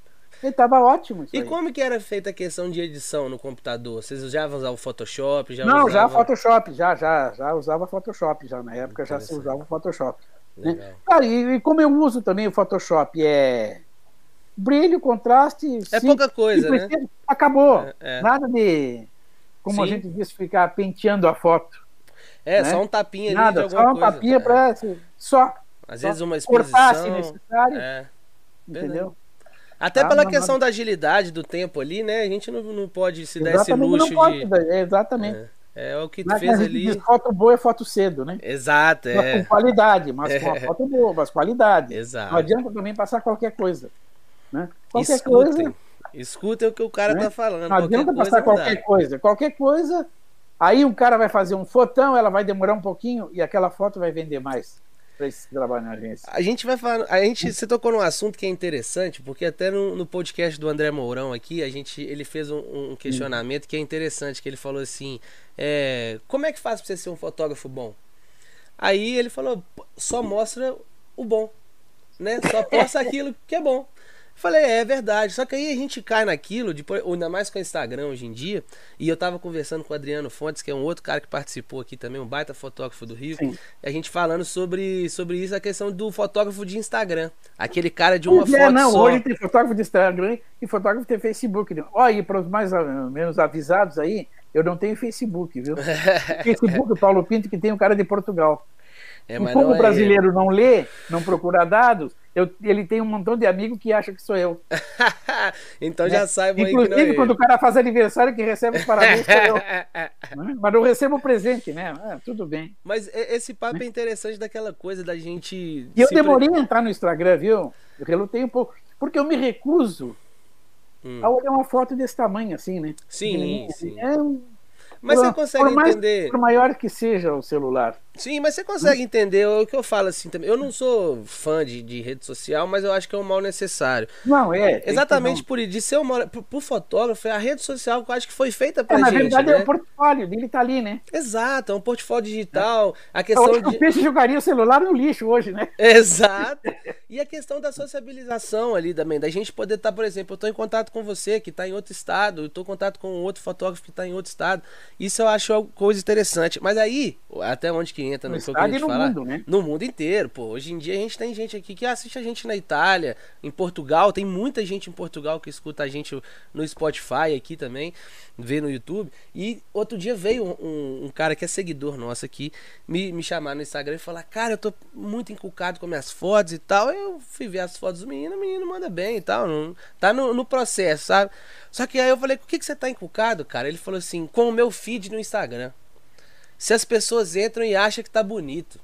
E tava ótimo isso E aí. como que era feita a questão de edição no computador? Vocês usavam usar o Photoshop? Já Não, já usavam... Photoshop, já, já, já usava Photoshop, já na época já se Interessante. usava o Photoshop. né? Legal. Cara, e, e como eu uso também o Photoshop, é brilho, contraste, É sim- pouca coisa, né? Simplesmente Acabou. É, é. Nada de, como a Sim. gente diz, ficar penteando a foto. É, né? só um tapinha ali de Nada, alguma só um uma coisa. papinha É. para só Às vezes uma cortar assim, se exposição. necessário, É. entendeu? Até Ah, pela não, questão da agilidade do tempo ali, né? A gente não, não pode se dar esse Exatamente, luxo não pode, de. é, exatamente. É, é o que Mas fez a gente ali. diz, foto boa é foto cedo, né? Exato, Mas com é. qualidade, mas com É. a foto boa, mas qualidade. Exato. Não adianta também passar qualquer coisa. Né? Qualquer Escutem. coisa. Escutem o que o cara Né? tá falando. Não adianta coisa é passar não dá. qualquer coisa. Qualquer coisa. Aí um cara vai fazer um fotão, ela vai demorar um pouquinho e aquela foto vai vender mais para esse trabalho na agência. A gente vai falar. A gente, você tocou num assunto que é interessante, porque até no, no podcast do André Mourão aqui, a gente, ele fez um, um questionamento que é interessante, que ele falou assim: é, como é que faz pra você ser um fotógrafo bom? Aí ele falou, só mostra o bom, né? Só posta aquilo que é bom. Eu falei, é, é verdade. Só que aí a gente cai naquilo, de, ainda mais com o Instagram hoje em dia. E eu tava conversando com o Adriano Fontes, que é um outro cara que participou aqui também, um baita fotógrafo do Rio. Sim. A gente falando sobre, sobre isso, a questão do fotógrafo de Instagram. Aquele cara de uma Pois é, foto não, só. hoje tem fotógrafo de Instagram e fotógrafo de Facebook. né? Ó, e para os mais ah, menos avisados aí, eu não tenho [laughs] Facebook, viu? Facebook, o Paulo Pinto, que tem um cara de Portugal. É, e mas como não o é um brasileiro não lê, não procura dados, eu- ele tem um montão de amigo que acha que sou eu. ele. [laughs] então já saibam aí que não é Né? Inclusive, ele. É, quando o cara faz aniversário, que recebe os parabéns sou eu. né? Mas não recebo o presente, né? Ah, tudo bem. Mas e- esse papo é interessante daquela coisa da gente. E eu se pre- demorei a entrar no Instagram, viu? Eu relutei um pouco. Porque eu me recuso Hum. a olhar uma foto desse tamanho, assim, né? Sim, sim. É um Mas você Por- consegue por mais- entender. Por maior que seja o celular. Sim, mas você consegue entender o que eu falo assim também. Eu não sou fã de, de rede social, mas eu acho que é um mal necessário. Não, é. tem que Exatamente por isso. De ser um mal, pro, pro fotógrafo, é a rede social que eu acho que foi feita dar pra um- É, na gente. verdade, né? é o portfólio dele tá ali, né? Exato, é um portfólio digital. A Hoje questão [laughs] de. O peixe jogaria o celular no lixo hoje, né? Exato. E a questão da sociabilização ali também, da gente poder estar, por exemplo, eu estou em contato com você que está em outro estado, eu estou em contato com um outro fotógrafo que está em outro estado. Isso eu acho uma coisa interessante. Mas aí, até onde que entra No no que eu estado queria te e no falar? mundo, né? No mundo inteiro, pô. Hoje em dia a gente tem gente aqui que assiste a gente na Itália, em Portugal, tem muita gente em Portugal que escuta a gente no Spotify aqui também, vê no YouTube. E outro dia veio um, um- um cara que é seguidor nosso aqui me, me chamar no Instagram e falar: Cara, eu tô muito inculcado com minhas fotos e tal. Eu fui ver as fotos do menino, o menino manda bem e tal. não- tá no, no processo, sabe? Só que aí eu falei: Com o que, que você tá inculcado, cara? Ele falou assim: Com o meu feed no Instagram. Se as pessoas entram e acham que tá bonito.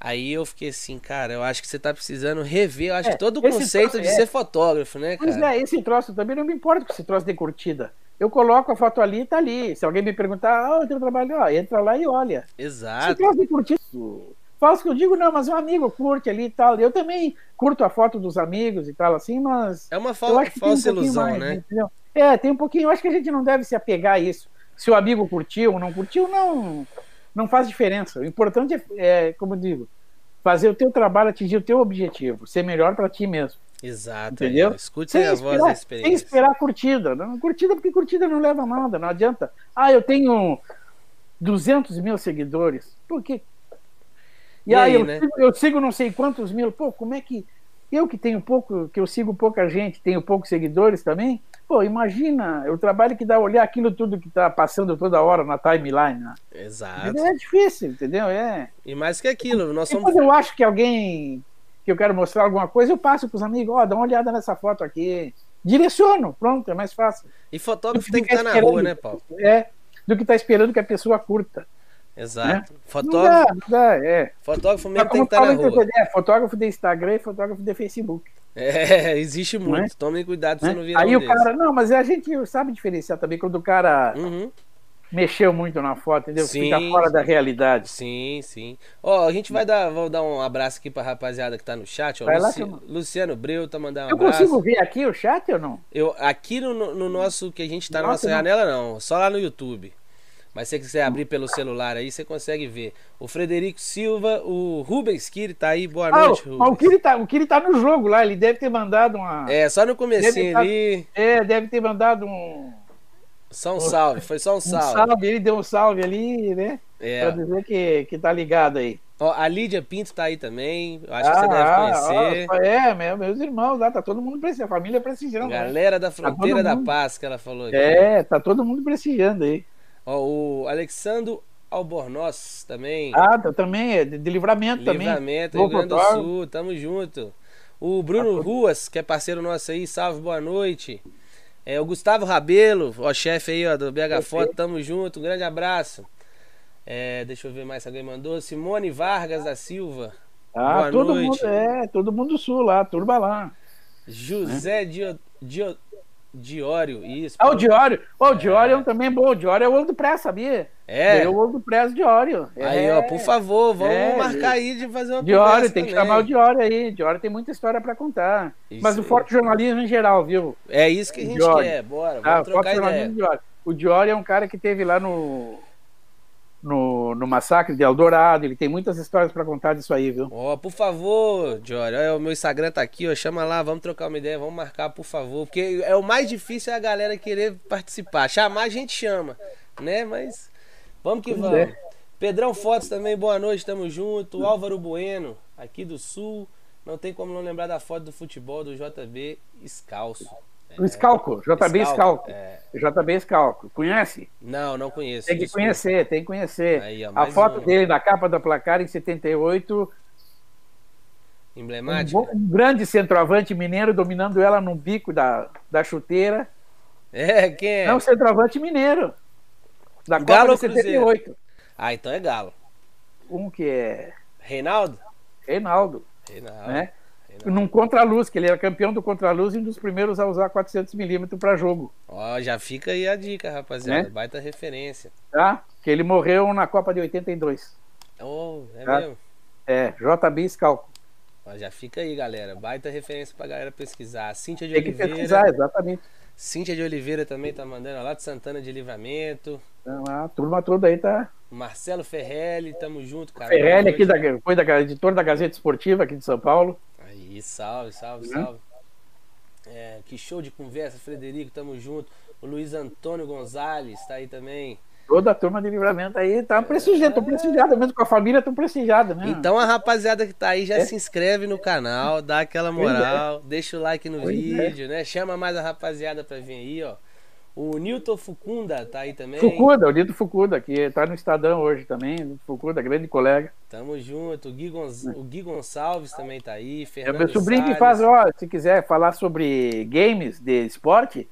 Aí eu fiquei assim, cara, eu acho que você tá precisando rever, eu acho É, que todo o esse conceito troço- de é. ser fotógrafo, né, Pois cara? é, esse troço também não me importa com esse troço de curtida. Eu coloco a foto ali e tá ali. Se alguém me perguntar, ah, o teu trabalho, ó, entra lá e olha. Esse Exato. troço de curtida. Faz o que eu digo, não, mas um amigo curte ali e tal. Eu também curto a foto dos amigos e tal, assim, mas É uma eu fal- acho que tem um falsa pouquinho ilusão, mais, né? entendeu? É, tem um pouquinho. Eu acho que a gente não deve se apegar a isso. Se o amigo curtiu ou não curtiu, não, não faz diferença. O importante é, é, como eu digo, fazer o teu trabalho, atingir o teu objetivo, ser melhor para ti mesmo. Exato. Entendeu? aí, Escute aí É, a voz da esperar, sem experiência. esperar a curtida. Não, curtida porque curtida não leva a nada, não adianta. Ah, eu tenho 200 mil seguidores. Por quê? E, E aí, aí, eu, né? sigo, eu sigo não sei quantos mil. Pô, como é que. Eu que tenho pouco, que eu sigo pouca gente, tenho poucos seguidores também. Pô, imagina o trabalho que dá olhar aquilo tudo que tá passando toda hora na timeline. né? Exato. É difícil, entendeu? É. E mais que aquilo, nós E somos. quando eu acho que alguém que eu quero mostrar alguma coisa, eu passo pros amigos, ó, dá uma olhada nessa foto aqui. Direciono, pronto, é mais fácil. E fotógrafo Eu tem que fico estar na esperando. rua, né, Paulo? É, do que tá esperando que a pessoa curta. Exato. Não Fotógrafo, dá, não dá, é. fotógrafo Mas mesmo tem como que estar na fala em rua. TTD, é fotógrafo de Instagram e fotógrafo de Facebook. [laughs] É, existe Não é? muito. Tomem cuidado pra né? você não virar Aí um o cara, não, mas é, a gente sabe diferenciar também quando o cara desses. Uhum. mexeu muito na foto, entendeu? Sim. Fica fora da realidade. Sim, sim. Ó, a gente vai dar, vou dar um abraço aqui pra rapaziada que tá no chat. Ó, Vai lá, Luci- turma. Luciano Breu tá mandando um Eu abraço. consigo ver aqui o chat ou não? Eu, aqui no, no- no nosso que a gente tá na Nossa, nossa não. janela, não. Só lá no YouTube. Mas se você quiser abrir pelo celular aí, você consegue ver. O Frederico Silva, o Rubens Kiri tá aí. Boa Ah, noite, o, o Rubens. Kiri tá, o Kiri tá no jogo lá, ele deve ter mandado uma. É, É, só no comecinho Deve tá- ali. deve ter mandado um, Só um salve, foi só um um salve. salve. Ele deu um salve ali, né? É. Pra dizer que, que tá ligado aí. Ó, a Lídia Pinto tá aí também. Eu Acho que você deve conhecer. ah, é, meu- meus irmãos lá, tá todo mundo prestigiando, a família prestigiando. né? Galera da Fronteira todo da mundo. Paz, que ela falou aqui. É, tá todo mundo prestigiando aí. Ó, o Alexandro Albornoz também. Ah, tá, também, é de, de livramento também. Livramento, Bom Rio Grande do fotógrafo. Sul, tamo junto. O Bruno Ruas, que é parceiro nosso aí, salve, boa noite. É, o Gustavo Rabelo, ó, chefe aí ó, do BH Foto, tamo junto, um grande abraço. É, deixa eu ver mais se alguém mandou. Simone Vargas da Silva, Ah, Boa todo noite. mundo, é, todo mundo sul lá, turma lá. José Dio, Dio- Diório, isso. Ah, o Diório, Ô, o Diório é um também bom, o Diório é o Ouro do Pré, sabia? É, Eu o Ouro do Pré do Diório. aí é. ó, por favor, vamos É, marcar aí de fazer uma Diório, conversa tem que também. chamar o Diório aí, Diório tem muita história pra contar. Isso Mas o aí. foto jornalismo em geral, viu? É isso que a gente Diório. quer, bora, vamos Ah, trocar foto ideia. jornalismo em geral. O Diori é um cara que teve lá no, no, no massacre de Eldorado. Ele tem muitas histórias para contar disso aí, viu? Ó, por favor, Diori, ó, o meu Instagram tá aqui, ó, chama lá, vamos trocar uma ideia, vamos marcar, por favor, porque é o mais difícil é a galera querer participar. Chamar a gente chama, né? Mas vamos que Pois vamos. é. Pedrão Fotos também, boa noite, tamo junto. Álvaro Bueno, aqui do Sul. Não tem como não lembrar da foto do futebol do JB Escalço. O Scalco, JB Scalco. É. JB Scalco. Conhece? Não, não conheço. Tem que desculpa. conhecer, tem que conhecer. Aí, ó, a mais foto um. dele na capa da placar em 78, um, Emblemática? bom- um grande centroavante mineiro dominando ela no bico da, da chuteira. É, quem é? É um centroavante mineiro. Da Copa Galo de ou Cruzeiro? 78. Ah, então é Galo. Um que é Reinaldo? Reinaldo, Reinaldo. né? Reinaldo. Num contraluz, que ele era campeão do contraluz e um dos primeiros a usar 400mm para jogo, Ó, já fica aí a dica, rapaziada. Né? Baita referência. tá? Que ele morreu na Copa de 82. Oh, é Tá. mesmo? É, JB Scalco. Ó, já fica aí, galera. Baita referência pra galera pesquisar. Cíntia de Tem que Oliveira. pesquisar, exatamente. Cíntia de Oliveira também tá mandando ó, lá de Santana de Livramento. Então, a turma toda aí tá Marcelo Ferrelli, tamo junto, cara. Ferrelli, aqui Boa da, noite. foi da, editor da Gazeta Esportiva aqui de São Paulo. Aí, salve, salve, Né? salve. É, que show de conversa, Frederico, tamo junto. O Luiz Antônio Gonzalez tá aí também. Toda a turma de livramento aí tá prestigiada, tão prestigiada, mesmo com a família tão prestigiada, né? Então a rapaziada que tá aí É. já se inscreve no canal, dá aquela moral, deixa o like no Pois é. vídeo, né? Chama mais a rapaziada pra vir aí, ó. O Newton Fucunda tá aí também. Fucuda, o Lito Fucuda, que tá no Estadão hoje também. Lito Fucuda, grande colega. Tamo junto. O Gui, Gonz- o Gui Gonçalves também tá aí. É Fernando meu sobrinho que Salles. faz, ó, se quiser falar sobre games de esporte,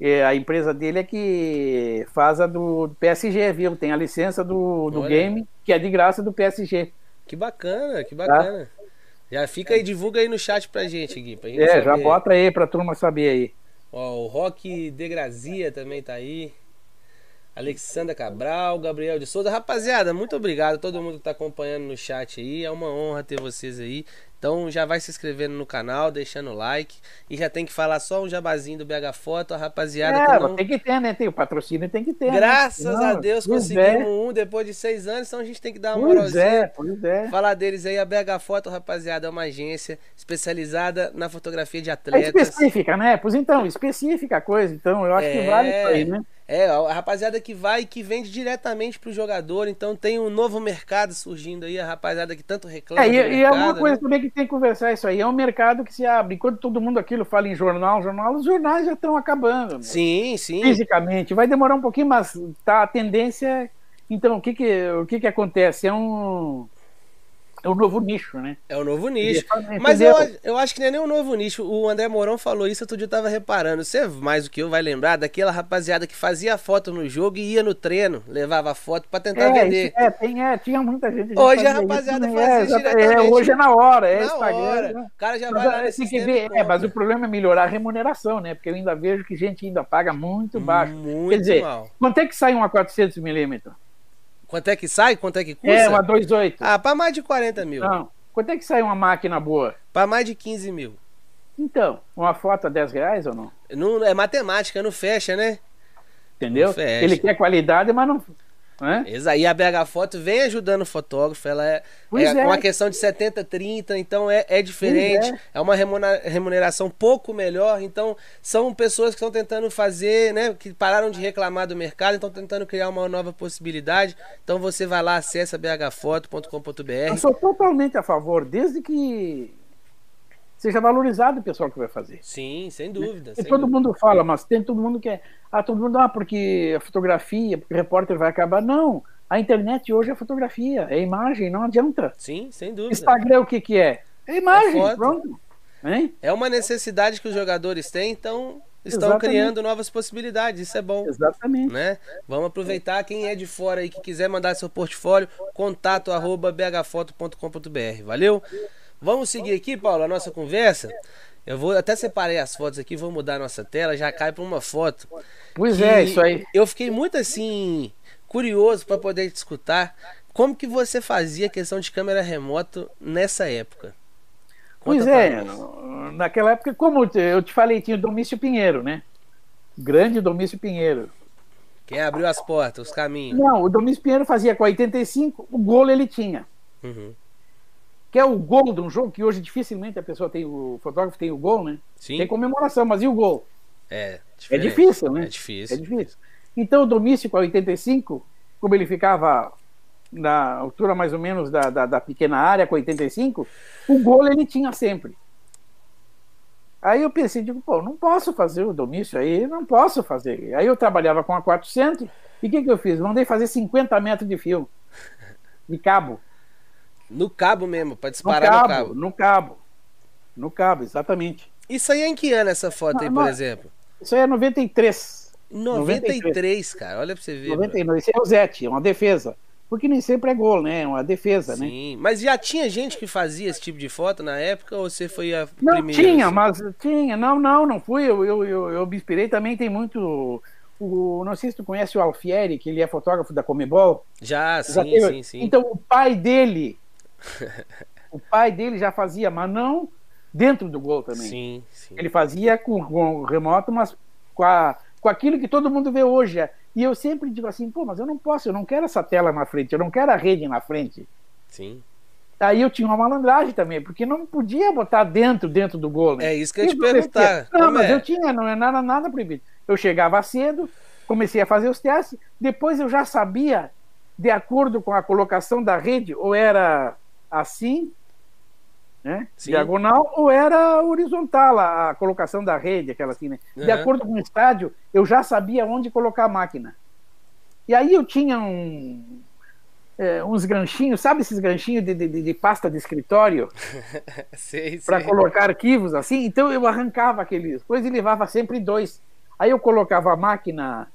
é, a empresa dele é que faz a do PSG, viu? Tem a licença do, do Olha. game, que é de graça do PSG. Que bacana, Tá. que bacana. Já fica aí, divulga aí no chat pra gente, Gui. Pra gente É, já saber. bota aí pra turma saber aí. Ó, o Rock de Grazia também tá aí. Alexandra Cabral, Gabriel de Souza. Rapaziada, muito obrigado a todo mundo que tá acompanhando no chat aí. É uma honra ter vocês aí. Então já vai se inscrevendo no canal, deixando o like. E já tem que falar só um jabazinho do BH Foto, a rapaziada É, que mas não. tem que ter, né? Tem o patrocínio, tem que ter. né? Graças a Não, Deus pois conseguimos é, um depois de seis anos, então a gente tem que dar uma Pois moralzinha. é, pois é. Falar deles aí, a BH Foto, rapaziada, é uma agência especializada na fotografia de É atletas. específica, né? Pois então, específica a coisa, então eu acho É. que vale isso aí, né? É, a rapaziada que vai e que vende diretamente pro jogador, então tem um novo mercado surgindo aí, a rapaziada que tanto reclama. É, do e, e é mercado, uma coisa né? também que tem que conversar isso aí. É um mercado que se abre. Quando todo mundo aquilo fala em jornal, jornal, os jornais já estão acabando. meu. Sim, sim. Fisicamente, vai demorar um pouquinho, mas tá a tendência. Então, o que que, o que, que acontece? É um, é um novo nicho, né? É o novo nicho. Entendeu? Mas eu, eu acho que não é nem um novo nicho. O André Mourão falou isso, outro dia eu tava reparando. Você é mais do que eu vai lembrar daquela rapaziada que fazia foto no jogo e ia no treino, levava foto pra tentar É, vender. isso- é, tem, é, tinha muita gente. que tá Hoje fazia a rapaziada isso, né? faz é, isso exata- é, diretamente. Hoje é na hora, é na Instagram. hora. né? O cara já vai Mas, lá é, nesse tem que sistema ver, e é, mas compra. o problema é melhorar a remuneração, né? Porque eu ainda vejo que gente ainda paga muito Hum. baixo. Muito Quer dizer, mal. quanto é que sai uma 400mm? Quanto é que sai? Quanto é que custa? É, uma 2.8. Ah, pra mais de 40 mil. Não. Quanto é que sai uma máquina boa? Pra mais de 15 mil. Então, uma foto a 10 reais ou não? Não, é matemática, não fecha, né? Entendeu? Não fecha. Ele quer qualidade, mas não. né? Exa- E a BH Foto vem ajudando o fotógrafo, ela é, Pois é é. uma questão de 70, 30, então é, é diferente, Pois é uma remuna- remuneração pouco melhor, então são pessoas que estão tentando fazer, né, que pararam de reclamar do mercado, estão tentando criar uma nova possibilidade, então você vai lá, acessa Eu bhfoto.com.br, sou totalmente a favor, desde que seja valorizado o pessoal que vai fazer. sim, sem dúvida, E É, sem todo dúvida. mundo fala, mas tem todo mundo que é. Ah, todo mundo, ah, porque a fotografia, porque o repórter vai acabar. Não, a internet hoje é fotografia, é imagem, não adianta. sim, sem dúvida. Instagram o que que é? É imagem, É foto. pronto. Hein? É uma necessidade que os jogadores têm, então estão Exatamente. criando novas possibilidades, isso é bom. Exatamente. né? Vamos aproveitar quem é de fora aí que quiser mandar seu portfólio, contato arroba bhfoto.com.br. Valeu? Vamos seguir aqui, Paulo, a nossa conversa. Eu vou até separei as fotos aqui, vou mudar a nossa tela, já cai para uma foto. Pois que é, isso aí. Eu fiquei muito assim curioso para poder te escutar como que você fazia questão de câmera remoto nessa época. Pois Conta é, pra nós. naquela época, como eu te- eu te falei, tinha o Domício Pinheiro, né? Grande Domício Pinheiro. Quem abriu as portas, os caminhos. Não, o Domingos Pinheiro fazia com 85, o golo ele tinha. Uhum. Que é o gol de um jogo que hoje dificilmente a pessoa tem, o fotógrafo tem o gol, né? Sim. Tem comemoração, mas e o gol? É, É diferente. difícil, né? É difícil. É difícil. Então o Domício com a 85, como ele ficava na altura mais ou menos da, da, da pequena área com 85, o golo ele tinha sempre. Aí eu pensei, digo, pô, não posso fazer o Domício aí, não posso fazer. Aí eu trabalhava com a 400 e o que, que eu fiz? Mandei fazer 50 metros de fio, de cabo. No cabo mesmo, pra No disparar cabo, no cabo. no cabo. No cabo, exatamente. Isso aí é em que ano essa foto aí, Não, por não. exemplo? Isso aí é 93. 93, 93, cara. Olha pra você ver. mano. 99, esse é o Zete, é uma defesa. Porque nem sempre é gol, né? É uma defesa, né? Sim. Mas já tinha gente que fazia esse tipo de foto na época ou você foi a Não, primeira? tinha, assim? mas tinha. Não, não, não fui. Eu, eu, eu, eu me inspirei também, tem muito. O, não sei se tu conhece o Alfieri, que ele é fotógrafo da Comebol. Já, Já sim, teve- sim, sim. Então o pai [laughs] dele. o pai dele já fazia, mas não dentro do gol também. sim, sim. Ele fazia com, com o remoto, mas com, a- com aquilo que todo mundo vê hoje. é. E eu sempre digo assim, pô, mas eu não posso, eu não quero essa tela na frente, eu não quero a rede na frente. sim. Aí eu tinha uma malandragem também, porque não podia botar dentro, dentro do gol. né? É isso que eu ia te Isso acontecia. perguntar. Não, Como mas é? eu tinha, não é nada, nada proibido. Eu chegava cedo, comecei a fazer os testes, depois eu já sabia, de acordo com a colocação da rede, ou era assim, né? Sim. Diagonal, ou era horizontal a, a colocação da rede, aquela assim, né? De Aham. acordo com o estádio, eu já sabia onde colocar a máquina. E aí eu tinha um, é, uns ganchinhos, sabe esses ganchinhos de- de- de- de pasta de [laughs] escritório? [laughs] Sei, para sei. colocar arquivos assim. Então eu arrancava aqueles coisas e levava sempre dois. Aí eu colocava a máquina,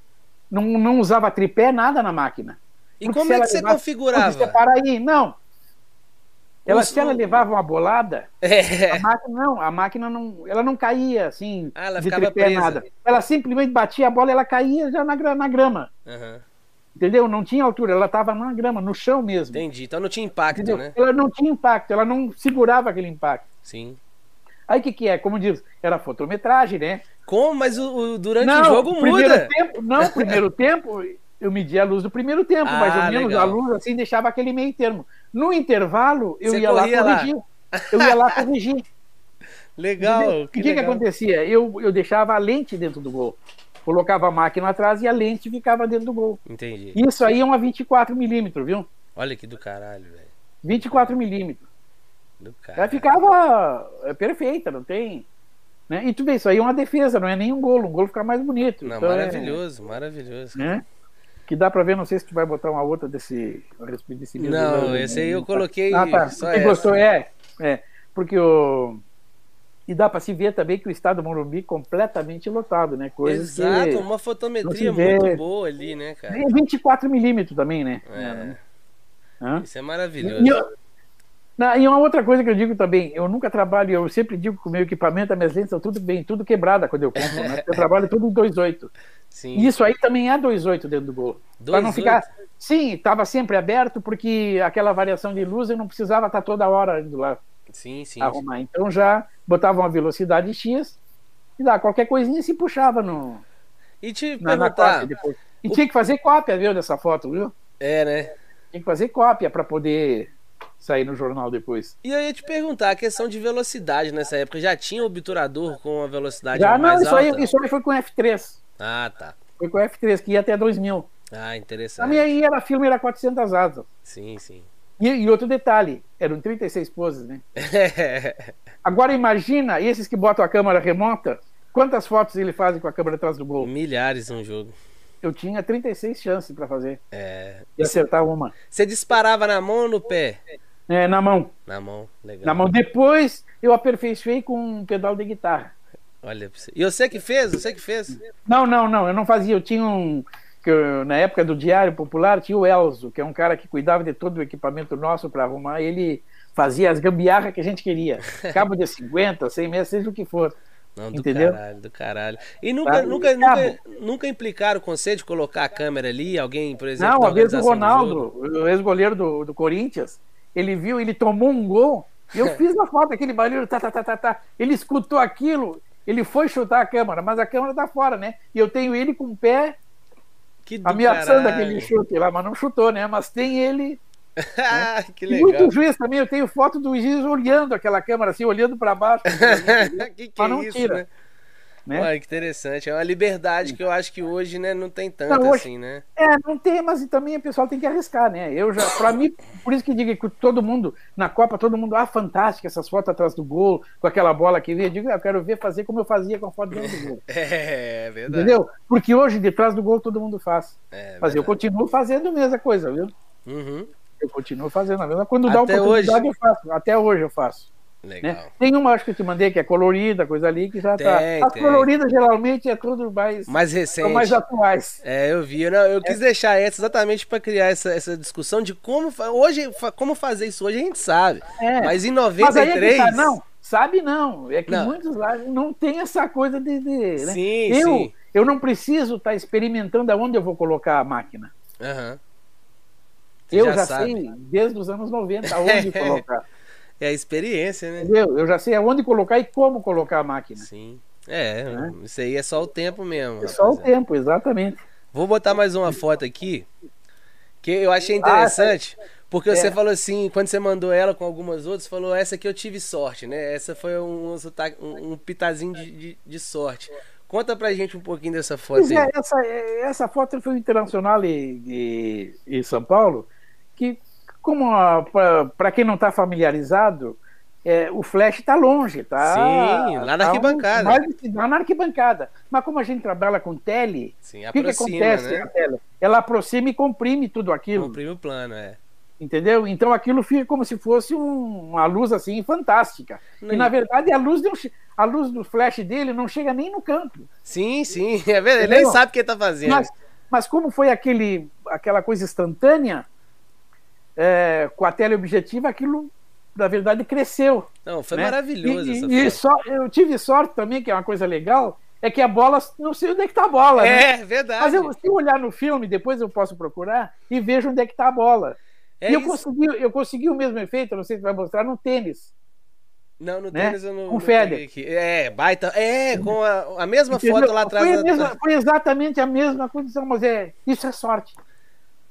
não, não usava tripé, nada na máquina. E Porque como se é ela que você levasse- Você configurava? separa aí, não. Ela, Os- se ela levava uma bolada, [laughs] É. a máquina não, a máquina não, ela não caía assim, Ah, ela de ficava tripé, presa. nada. Ela simplesmente batia a bola, ela caía já na, gra- na grama, Aham. entendeu? Não tinha altura, ela estava na grama, no chão mesmo, Entendi. Então não tinha impacto, entendeu? né? Ela não tinha impacto, ela não segurava aquele impacto. Sim. Aí o que, que é? Como diz, era fotometragem, né? Como? Mas o, o- durante o jogo primeiro muda. Tempo, não, [laughs] primeiro tempo, eu media a luz do primeiro tempo, Ah, mais ou menos legal. a luz assim deixava aquele meio termo. No intervalo, eu Você ia lá corria lá. corrigir. Eu ia [laughs] lá corrigir. Legal. o que que, que legal. acontecia? Eu, eu deixava a lente dentro do gol. Colocava a máquina atrás e a lente ficava dentro do gol. Entendi. Isso aí é uma 24mm, viu? Olha que do caralho, velho. 24mm. Do caralho. Ela ficava é, perfeita, não tem. Né? E tu vê, isso aí é uma defesa, não é nenhum golo. Um golo fica mais bonito. Não, Então, é- maravilhoso, maravilhoso. né? Que dá pra ver, não sei se tu vai botar uma outra desse a respeito desse livro. Não, né? esse aí eu coloquei Ah, tá. só Quem essa. gostou é, é, porque o e dá pra se ver também que o estado do Morumbi é completamente lotado, né? Coisa Exato, que uma fotometria não se vê. muito boa ali, né, cara? É 24 milímetros também, né? É, Hã? isso é E, maravilhoso. eu- Na- e uma outra coisa que eu digo também, eu nunca trabalho, eu sempre digo que o meu equipamento, as minhas lentes são tudo bem, tudo quebrada quando eu compro, né? Eu trabalho tudo em 2.8. Sim. E isso aí também é 2.8 dentro do gol. Para não 2,8. ficar. Sim, estava sempre aberto, porque aquela variação de luz eu não precisava estar toda hora indo lá Sim, sim. arrumar. Então já botava uma velocidade X e lá qualquer coisinha se puxava no, E te na, na perguntar, cópia depois. E O- tinha que fazer cópia, viu, dessa foto, viu? é, né? Tinha que fazer cópia para poder sair no jornal depois. E eu ia te perguntar, a questão de velocidade nessa época, já tinha obturador com uma velocidade Já não, é mais isso aí, alta? isso aí foi com F3. Ah, tá. Foi com F3, que ia até 2000. Ah, interessante. Também aí era filme, era 400 asas. Sim, sim. [laughs] E, e outro detalhe, eram 36 poses, né? Agora imagina esses que botam a câmera remota, quantas fotos ele faz com a câmera atrás do gol? Milhares num jogo. Eu tinha 36 chances para fazer É. e acertar uma. Você disparava na mão ou no pé? É, na mão. Na mão, legal. Na mão. Depois eu aperfeiçoei com um pedal de guitarra. Olha pra você. E você que fez? Você que fez? Não, não, não, eu não fazia. Eu tinha um. Que eu- na época do Diário Popular, tinha o Elzo, que é um cara que cuidava de todo o equipamento nosso para arrumar. Ele fazia as gambiarras que a gente [laughs] queria. Cabo de 50, 100 metros, seja o que for. Não, do Entendeu? caralho, do caralho. E nunca, Sabe? é nunca, Cabo. nunca, nunca implicaram o conceito de colocar a câmera ali, alguém, por exemplo, Não, da uma vez o organização do jogo? Ronaldo, o ex-goleiro do, do Corinthians, ele viu, ele tomou um gol, e [laughs] eu fiz uma falta, aquele barulho, tá, tá, tá, tá, tá. Ele escutou aquilo, ele foi chutar a câmera, mas a câmera tá fora, né? E eu tenho ele com o pé Que do ameaçando caralho. [laughs] aquele né? chute lá, mas não chutou, né? Mas tem ele. Ah, que E muito legal. juiz também, eu tenho foto do juiz olhando aquela câmera, assim, olhando [laughs] para baixo. que que Mas é não isso, tira, né? né? Olha, que interessante. É uma liberdade que eu acho que hoje, né, não tem tanto Não, hoje- assim, né? [laughs] É, não tem, mas também o pessoal tem que arriscar, né? Eu já, pra mim, por isso que digo que todo mundo, na Copa, todo mundo, ah, fantástico, essas fotos atrás do gol, com aquela bola que vem. Eu digo, "Ah, eu quero ver fazer como eu fazia com a foto dentro do gol. É, é verdade. Entendeu? Porque hoje, de trás do gol, todo mundo faz. É Mas eu verdade. continuo fazendo a mesma coisa, viu? Uhum. Eu continuo fazendo a mesma Quando dá Até oportunidade, eu faço. Até hoje eu faço. né? Legal. Tem uma, acho que eu te mandei, que é colorida, coisa ali, que já tá. Tem, As tem. coloridas geralmente é tudo mais, Mais são recente. mais atuais. É, eu vi. Eu, não- eu quis deixar essa exatamente para criar essa, essa discussão de como fa- hoje fa- como fazer isso hoje a gente sabe. É. Mas em Mas 93. aí é que tá, não, sabe não. É que Não. muitos lá não tem essa coisa de. de, né? Sim, eu, sim. eu não preciso estar experimentando aonde eu vou colocar a máquina. Aham. Você Eu já já, sabe. sei desde os anos [laughs] 90 aonde colocar. É a experiência, né? Entendeu? Eu já sei aonde colocar e como colocar a máquina. Sim. É, isso aí é só o tempo mesmo. É só o rapaziada. tempo, exatamente. Vou botar mais uma foto aqui. Que eu achei Ah, tá. interessante. Porque É. você falou assim, quando você mandou ela com algumas outras, você falou, essa aqui eu tive sorte, né? Essa foi um, sotaque- um, um pitazinho de, de- de sorte. Conta pra gente um pouquinho dessa foto Pois é, aí. essa, essa foto foi um internacional em, em- em São Paulo, que, como para quem não está familiarizado, é, o flash está longe, tá? Sim, lá na tá um- arquibancada. mais de- lá na arquibancada. Mas como a gente trabalha com tele, Sim, o que, que aproxima, acontece um né? na tela? Ela aproxima e comprime tudo aquilo, Comprime o plano, é. entendeu? Então aquilo fica como se fosse um- uma luz assim fantástica. Né? E na verdade a luz, não che- a luz do flash dele não chega nem no campo. Sim, sim, é verdade. Ele nem Entendeu? sabe o que ele tá fazendo. Mas, mas como foi aquele, aquela coisa instantânea, é, com a teleobjetiva, aquilo, na verdade, cresceu. Não, foi né? maravilhoso E- e- essa e, foto. só, eu tive sorte também, que é uma coisa legal, é que a bola, não sei onde é que está a bola. né? É, verdade. Mas eu, se eu olhar no filme, depois eu posso procurar e vejo onde é que está a bola. É e eu isso. consegui, eu consegui o mesmo efeito, não sei se vai mostrar, no tênis. Não, no né? tênis eu não. Com não Federer. peguei aqui. É, baita. É, com a, a mesma Entendeu? foto lá atrás. foi, a da- mesma- foi exatamente a mesma condição, mas é, isso é sorte.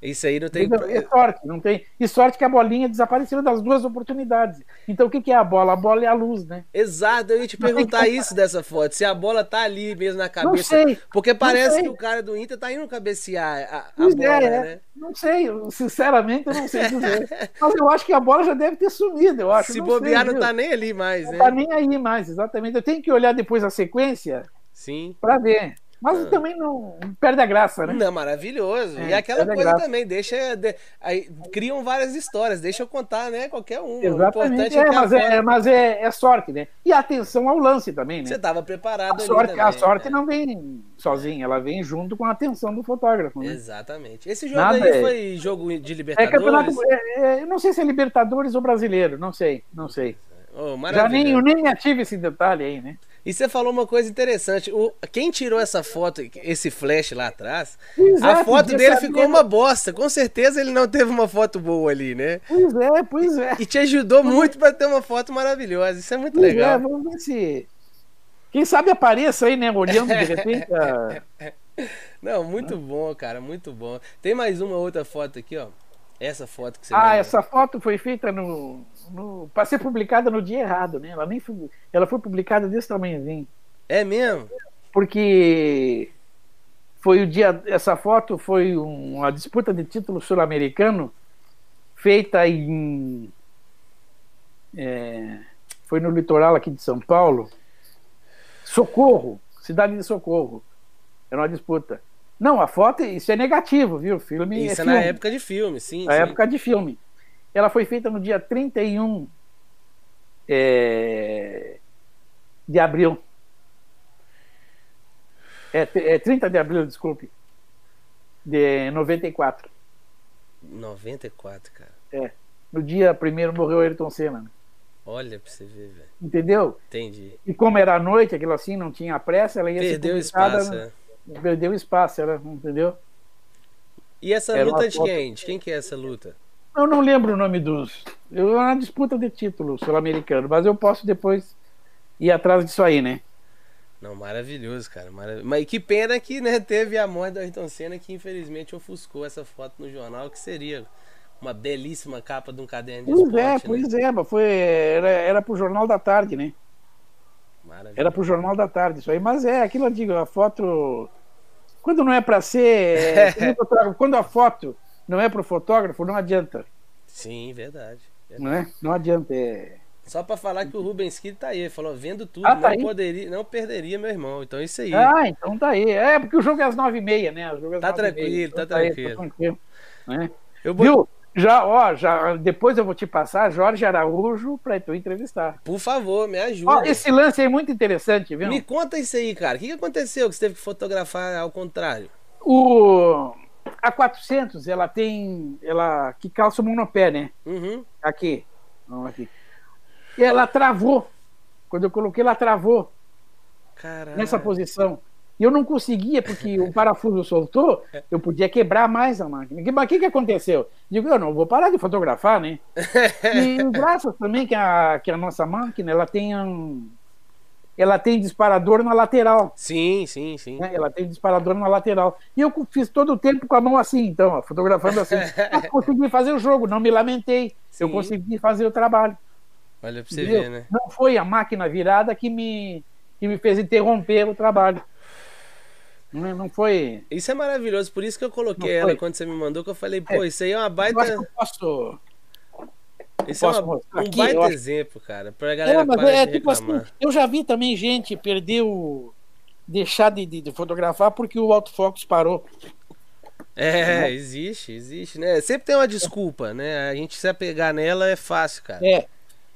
Isso aí não tem. Entendeu? É sorte, não tem. E sorte que a bolinha desapareceu das duas oportunidades. Então o que, que é a bola? A bola é a luz, né? Exato, eu ia te Não tem perguntar que- isso dessa foto, se a bola tá ali mesmo na Não cabeça. sei. Porque parece sei. que o cara do Inter tá indo cabecear a, a Pois bola, é, é. né? Não sei, eu, sinceramente eu não sei dizer. Mas eu acho que a bola já deve ter sumido, eu acho. se não bobear, sei, não viu? tá nem ali mais, né? Não tá nem aí mais, exatamente. Eu tenho que olhar depois a sequência Sim. para ver. Mas também não perde a graça, né? É. Não, maravilhoso. É, e aquela é coisa legal. também, deixa. de- aí, criam várias histórias, deixa eu contar, né? Qualquer uma. O Exatamente. importante é, É, que a mas bola- é, mas é- é sorte, né? E atenção ao lance também, né? Você tava preparado A ali sorte, também, a sorte né? não vem sozinha, ela vem junto com a atenção do fotógrafo. Né? Exatamente. Esse jogo Nada aí é- foi jogo de É Libertadores? campeonato. é- é- eu não sei se é Libertadores ou brasileiro, não sei, não sei. Oh, Já nem, um, né? eu maravilhoso. nem me ative esse detalhe aí, né? E você falou uma coisa interessante. O, quem tirou essa foto, esse flash lá atrás, a Exato, foto de dele é, saber- ficou uma bosta. Com certeza ele não teve uma foto boa ali, né? Pois é, [laughs] pois é. E te ajudou muito pra ter uma foto maravilhosa. Isso é muito Pois é, legal. vamos ver se. Quem sabe apareça aí, né? Olhando de repente. [laughs] a- Não, muito bom, cara, muito bom. Tem mais uma outra foto aqui, ó. Essa foto que você Ah, mandou. essa foto foi feita no. no... para ser publicada no dia errado, né? Ela nem foi... Ela foi publicada desse tamanhozinho. É mesmo? porque foi o dia essa foto foi um- uma disputa de título sul-americano feita em é, foi no litoral aqui de São Paulo Socorro cidade de Socorro era uma disputa não a foto isso é negativo viu filme Isso é é na filme. época de filme, sim. Na sim. época de filme. Ela foi feita no dia 31 é, de abril. É, t- é 30 de abril, desculpe. De 94. 94, cara. No dia primeiro morreu Ayrton Senna. né? Olha pra você ver, velho. Entendeu? Entendi. E como era à noite, aquilo assim, não tinha pressa, ela ia ser Perdeu o publicada, espaço, né? né? Perdeu o espaço, era, entendeu? E essa Era uma luta de foto- quem? De quem que é essa luta? Eu não lembro o nome dos. é Eu era uma disputa de título sul-americano, mas eu posso depois ir atrás disso aí, né? Não, maravilhoso, cara. Marav... Mas que pena que né, teve a morte do Ayrton Senna que infelizmente ofuscou essa foto no jornal, que seria uma belíssima capa de um caderno de Pois esporte, é, né? pois é, mas foi, era, era pro Jornal da Tarde, né? é. Maravilhoso. Era pro Jornal da Tarde isso aí, mas é aquilo eu digo, a foto. Quando não é pra ser. [laughs] é, quando o fotógrafo- quando a foto não é pro fotógrafo, não adianta. Sim, verdade. verdade. Não, é? não adianta. é. Só pra falar que o Rubens Kidd tá aí, ele falou, vendo tudo, Ah, tá não, aí? poderia, não perderia meu irmão. Então é isso aí. Ah, então tá aí. É, porque o jogo é às nove e meia, né? O jogo é às Tá 9h30, tranquilo, então tá aí, tranquilo. tranquilo, né? Eu vou- Viu? Já, ó, já, depois eu vou te passar Jorge Araújo pra tu entrevistar. Por favor, me ajuda. Ó, esse lance é muito interessante, viu? Me conta isso aí, cara. O que, que aconteceu que você teve que fotografar ao contrário? O a 400 ela tem ela que calça o monopé, né? Uhum. Aqui, não aqui. E ela travou. Quando eu coloquei, ela travou Caralho. nessa posição. E eu não conseguia porque o parafuso soltou. Eu podia quebrar mais a máquina. Que- Mas o que, que aconteceu? Digo, eu não vou parar de fotografar, né? E graças também que a, que a nossa máquina ela tem um- ela tem disparador na lateral. Sim, sim, sim. né? Ela tem disparador na lateral. E eu co- fiz todo o tempo com a mão assim, então, ó, fotografando [laughs] assim. Mas consegui fazer o jogo, não me lamentei. Eu Sim. consegui fazer o trabalho. Olha pra você entendeu? ver, né? Não foi a máquina virada que me, que me fez interromper o trabalho. Não, não foi. Isso é maravilhoso, por isso que eu coloquei Não foi? ela quando você me mandou, que eu falei, pô, isso aí é uma Eu acho que baita. eu posso. Isso é posso uma- mostrar um aqui? baita Eu acho- exemplo, cara. Pra galera É, mas parar é de tipo assim, reclamar. eu já vi também gente perder o. deixar de, de- de fotografar porque o autofocus parou. né? É, existe, existe, né? Sempre tem uma desculpa, né? A gente se apegar nela é fácil, cara. É.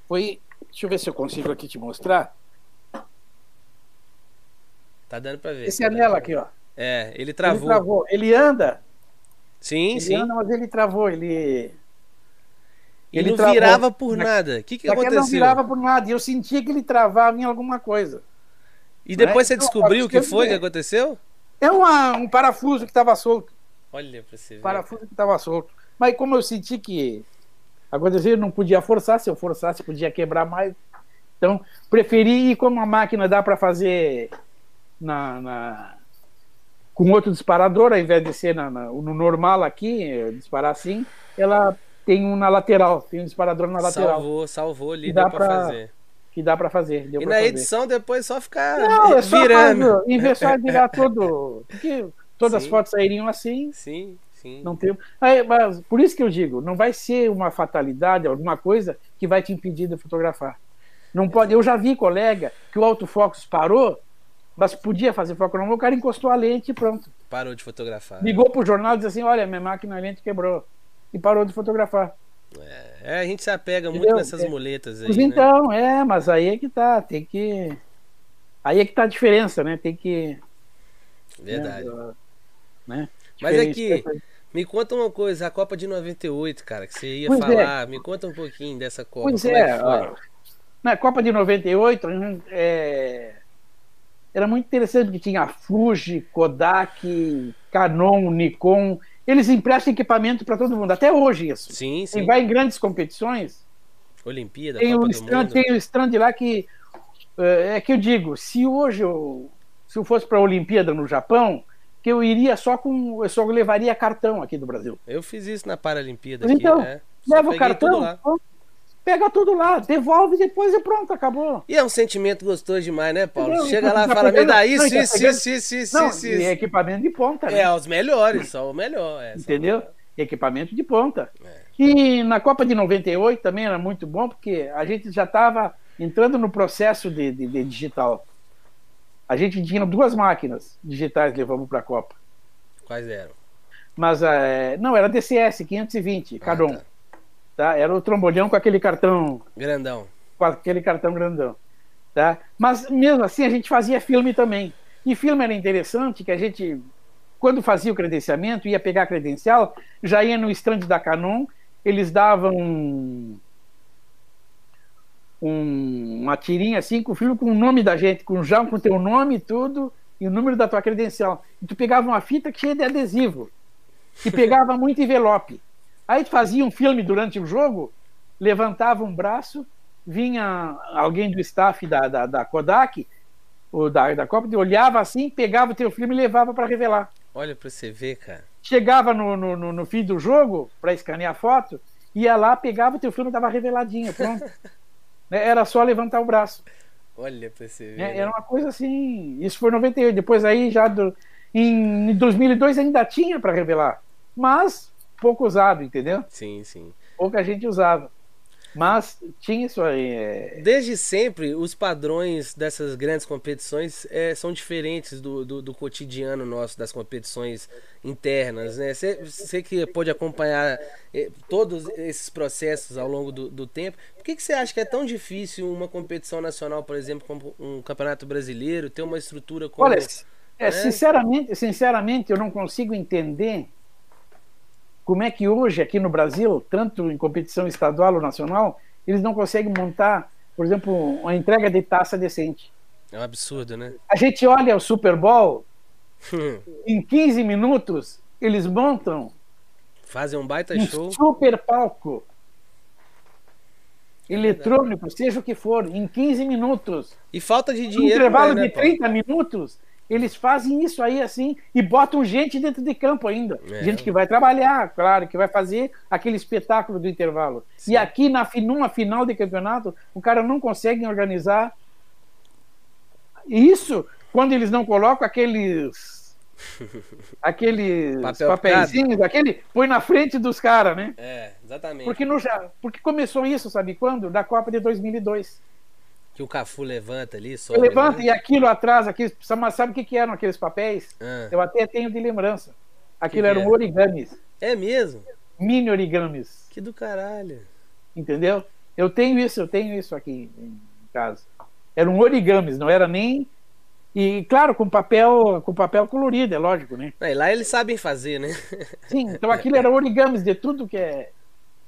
Foi. Deixa eu ver se eu consigo aqui te mostrar. Tá dando pra ver. Esse tá dando anel pra aqui, ó. ver. É, ele Ele travou. travou. Ele anda. Sim, Ele sim. anda, mas ele travou, ele. E ele não travou. virava por Na- nada. O que, que Aquela não aconteceu? virava por nada. E eu sentia que ele travava em alguma coisa. E depois você né? Então, descobriu o que eu foi que vi. aconteceu? É uma- um parafuso que estava solto. Olha pra você ver. Parafuso que estava solto. Mas como eu senti que aconteceu, eu não podia forçar. Se eu forçasse, podia quebrar mais. Então, preferi ir como a máquina dá para fazer na, na- com outro disparador, ao invés de ser na- na- no normal aqui, eu disparar assim, ela tem um na lateral, tem um disparador na lateral. Salvou, salvou ali, E deu dá pra, pra- fazer. que dá pra fazer. Deu E pra na fazer. edição depois só ficar Não, é só virando. fazer, em vez só de é [laughs] virar todo. Porque todas as Sim. fotos sairiam assim. Sim, sim. Não tem... Aí, mas por isso que eu digo, não vai ser uma fatalidade, alguma coisa que vai te impedir de fotografar. Não pode. Eu já vi colega que o autofocus parou, mas podia fazer foco normal, o cara encostou a lente e pronto. Parou de fotografar. Ligou pro jornal e disse assim: olha, minha máquina a lente quebrou. E parou de fotografar. É, a gente se apega muito Entendeu? nessas É. muletas aí. Mas né? então, é, mas aí é que tá, tem que. Aí é que tá a diferença, né? Tem que. Verdade. Né? Mas é que, Diferente. me conta uma coisa, a Copa de 98, cara, que você ia Pois é. falar, me conta um pouquinho dessa Copa. Pois como é, que foi? ó, na Copa de 98 a gente, é, era muito interessante porque tinha Fuji, Kodak, Canon, Nikon. Eles emprestam equipamento para todo mundo, até hoje isso. Sim, Quem sim. vai em grandes competições, Olimpíada, tem Copa um, do stand, Mundo. tem um stand lá que. É é que eu digo, se hoje eu, se eu fosse para a Olimpíada no Japão, que eu iria só com. Eu só levaria cartão aqui do Brasil. Eu fiz isso na Paralimpíada Mas aqui, então, né? Só Leva o peguei cartão, tudo lá. pega tudo lá, devolve depois e pronto, acabou. E é um sentimento gostoso demais, né, Paulo? Entendeu? Chega lá e Tá fala, me pegando- dá isso, não, tá isso, pegando- isso, isso, isso, Não, isso, e é isso. equipamento de ponta, né? É, os melhores, só o melhor. É, só- entendeu? Equipamento de ponta. É. E na Copa de 98 também era muito bom, porque a gente já estava entrando no processo de, de- de digital. A gente tinha duas máquinas digitais levamos para a Copa. Quais eram? Mas eh, não, era DCS 520, cada um. Ah, tá. tá? Era o trombolhão com aquele cartão, Grandão. com aquele cartão grandão. Tá? Mas mesmo assim a gente fazia filme também. E filme era interessante que a gente, quando fazia o credenciamento, ia pegar a credencial, já ia no estande da Canon, eles davam um- um- uma tirinha assim com o filme com o nome da gente, com já com o teu nome e tudo, e o número da tua credencial. E tu pegava uma fita cheia de adesivo. E pegava muito envelope. Aí tu fazia um filme durante o jogo, levantava um braço, vinha alguém do staff da, da, da Kodak, o da, da Copa, olhava assim, pegava o teu filme e levava para revelar. Olha pra você ver, cara. Chegava no, no, no, no fim do jogo, para escanear a foto, ia lá, pegava o teu filme e dava reveladinho, pronto. Né, Era só levantar o braço. Olha pra você ver. né? né? Era uma coisa assim. Isso foi em 98. Depois aí já do- em 2002 ainda tinha para revelar, mas pouco usado, entendeu? Sim, sim. Pouca gente usava. Mas tinha isso aí. é, Desde sempre, os padrões dessas grandes competições é, são diferentes do, do, do cotidiano nosso, das competições internas, né? Você- Você que pôde acompanhar eh, todos esses processos ao longo do, do tempo, por que, que você acha que é tão difícil uma competição nacional, por exemplo, como um campeonato brasileiro, ter uma estrutura como... Olha, é, né? sinceramente, sinceramente, eu não consigo entender como é que hoje aqui no Brasil, tanto em competição estadual ou nacional, eles não conseguem montar, por exemplo, uma entrega de taça decente. É um absurdo, né? [laughs] A gente olha o Super Bowl, em 15 minutos eles montam Fazem um baita um show. super palco verdade. eletrônico, seja o que for, em 15 minutos. E falta de No dinheiro Um intervalo também, de né, Paulo? 30 minutos, eles fazem isso aí assim e botam gente dentro de campo ainda. É. Gente que vai trabalhar, claro, que vai fazer aquele espetáculo do intervalo. Sim. E aqui na, fi- numa final de campeonato, o cara não consegue organizar isso quando eles não [laughs] colocam aqueles. Aqueles Papel papeizinhos, aquele põe na frente dos caras, né? É, exatamente. Porque, no, ja- porque começou isso, sabe quando? Da Copa de 2002. Que o Cafu levanta ali, né? só. Eu levanto e aquilo atrás, aqueles, mas sabe o que, que eram aqueles papéis? Ah. Eu até tenho de lembrança. Aquilo Que eram que origamis, É mesmo? mini origamis, Que do caralho. entendeu? Eu tenho isso, eu tenho isso aqui em casa. Eram origamis, não era nem e claro com papel, com papel colorido, é lógico, né? Ah, e lá eles sabem fazer, né? Sim, então aquilo era origamis de tudo que é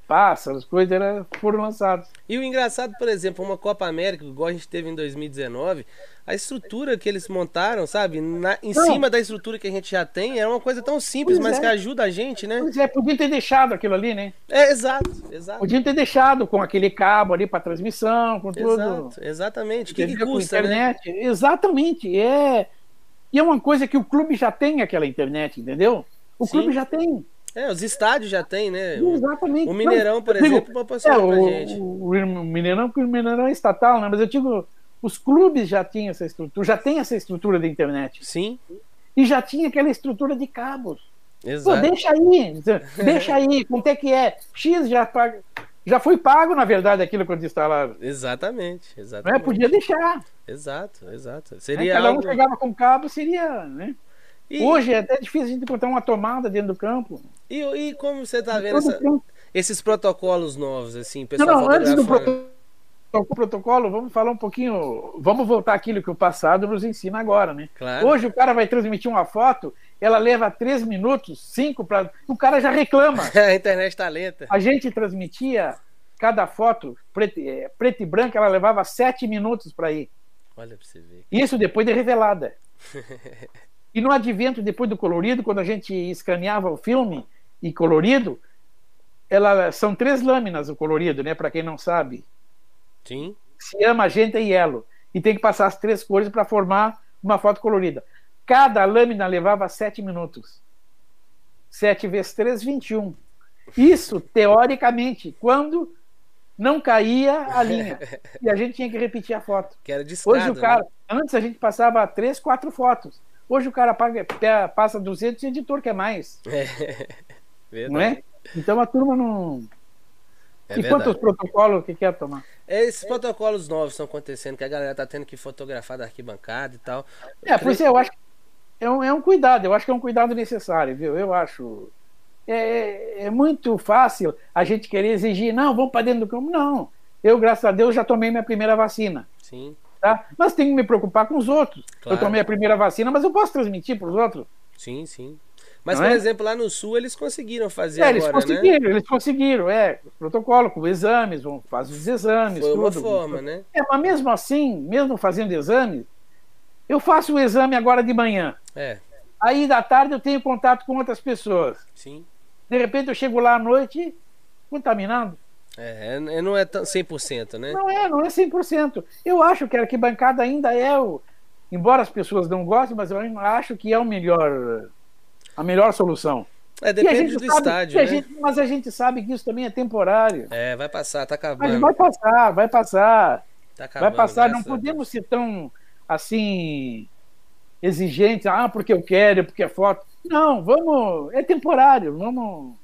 pássaros, coisas era, foram lançados. E o engraçado, por exemplo, uma Copa América, igual a gente teve em 2019, a estrutura que eles montaram, sabe? Na- em Não. cima da estrutura que a gente já tem, era uma coisa tão simples, Pois mas é. que ajuda a gente, né? Pois é, podiam ter deixado aquilo ali, né? É, exato, exato. Podiam ter deixado com aquele cabo ali para transmissão, com é tudo. Exato, exatamente. O que, que Entendeu? Com custa, né? internet. Exatamente. É... E é uma coisa que o clube já tem aquela internet, entendeu? O Sim. clube já tem. É, os estádios já tem, né? O, Exatamente. o Mineirão, Não, por eu digo, exemplo, proporciona é, pra o, gente. o- o Mineirão, porque o Mineirão é estatal, né? Mas eu digo, os clubes já tinham essa estrutura, já tem essa estrutura de internet. Sim, E já tinha aquela estrutura de cabos. Pô, exato. deixa aí, deixa [laughs] aí, quanto é que é? X já paga. Já foi pago, na verdade, aquilo quando instalaram. Exatamente, Não é? exatamente. Podia deixar. né? Exato, exato. Seria Cada um algo... chegava com cabo, seria. Né? E- Hoje é até difícil a gente encontrar uma tomada dentro do campo. E, e como você tá vendo Todo essa- campo. esses protocolos novos, assim, o Não, pessoal não, antes do fotografando? proto- protocolo, vamos falar um pouquinho. Vamos voltar àquilo que o passado nos ensina agora, né? Claro. Hoje o cara vai transmitir uma foto, ela leva três minutos, cinco para. O cara já reclama. [laughs] A internet tá lenta. A gente transmitia cada foto, preto, eh, preto e branca, ela levava sete minutos para ir. Olha pra você ver. Isso depois de revelada. E no advento depois do colorido, quando a gente escaneava o filme e colorido, ela são três lâminas o colorido, né? Para quem não sabe, Sim. se ama, gente e elo, e tem que passar as três cores para formar uma foto colorida. Cada lâmina levava sete minutos. Sete vezes três, 21. Isso teoricamente, quando não caía a linha e a gente tinha que repetir a foto. Que era Hoje discado, o cara, né? antes a gente passava três, quatro fotos. Hoje o cara paga- pe- passa 200 e o editor quer mais, Verdade. não é? Então a turma não. É e verdade. É, quantos protocolos que quer tomar? Esses protocolos novos estão acontecendo, que a galera tá tendo que fotografar da arquibancada e tal. É, por isso eu acho que é um, é um cuidado, eu acho que é um cuidado necessário, viu? Eu acho. É, é- é muito fácil a gente querer exigir, não, vamos para dentro do campo. Não, eu, graças a Deus, já tomei minha primeira vacina. Sim, Tá? Mas tenho que me preocupar com os outros. Claro. Eu tomei a primeira vacina, mas eu posso transmitir para os outros. sim, sim. Mas, Não por é? exemplo, lá no sul eles conseguiram fazer É, eles agora, né? conseguiram, eles conseguiram, é, protocolo, com exames, vão fazer os exames, Foi uma tudo. forma, né? É, mas mesmo assim, mesmo fazendo exames, eu faço o exame agora de manhã. É, Aí da tarde eu tenho contato com outras pessoas. sim. De repente eu chego lá à noite contaminado. É, é- não é tão 100%, né? Não é, não é 100%. Eu acho que a arquibancada ainda é o, embora as pessoas não gostem, mas eu acho que é o melhor, a melhor solução. É, depende do sabe- estádio, e a né? gente- mas a gente sabe que isso também é temporário. É, vai passar, tá Mas acabando. vai passar, vai passar, Tá acabando. vai passar. Não graças a Deus. podemos ser tão assim exigentes. Ah, porque eu quero, porque é foto. Não, vamos. É temporário. Vamos,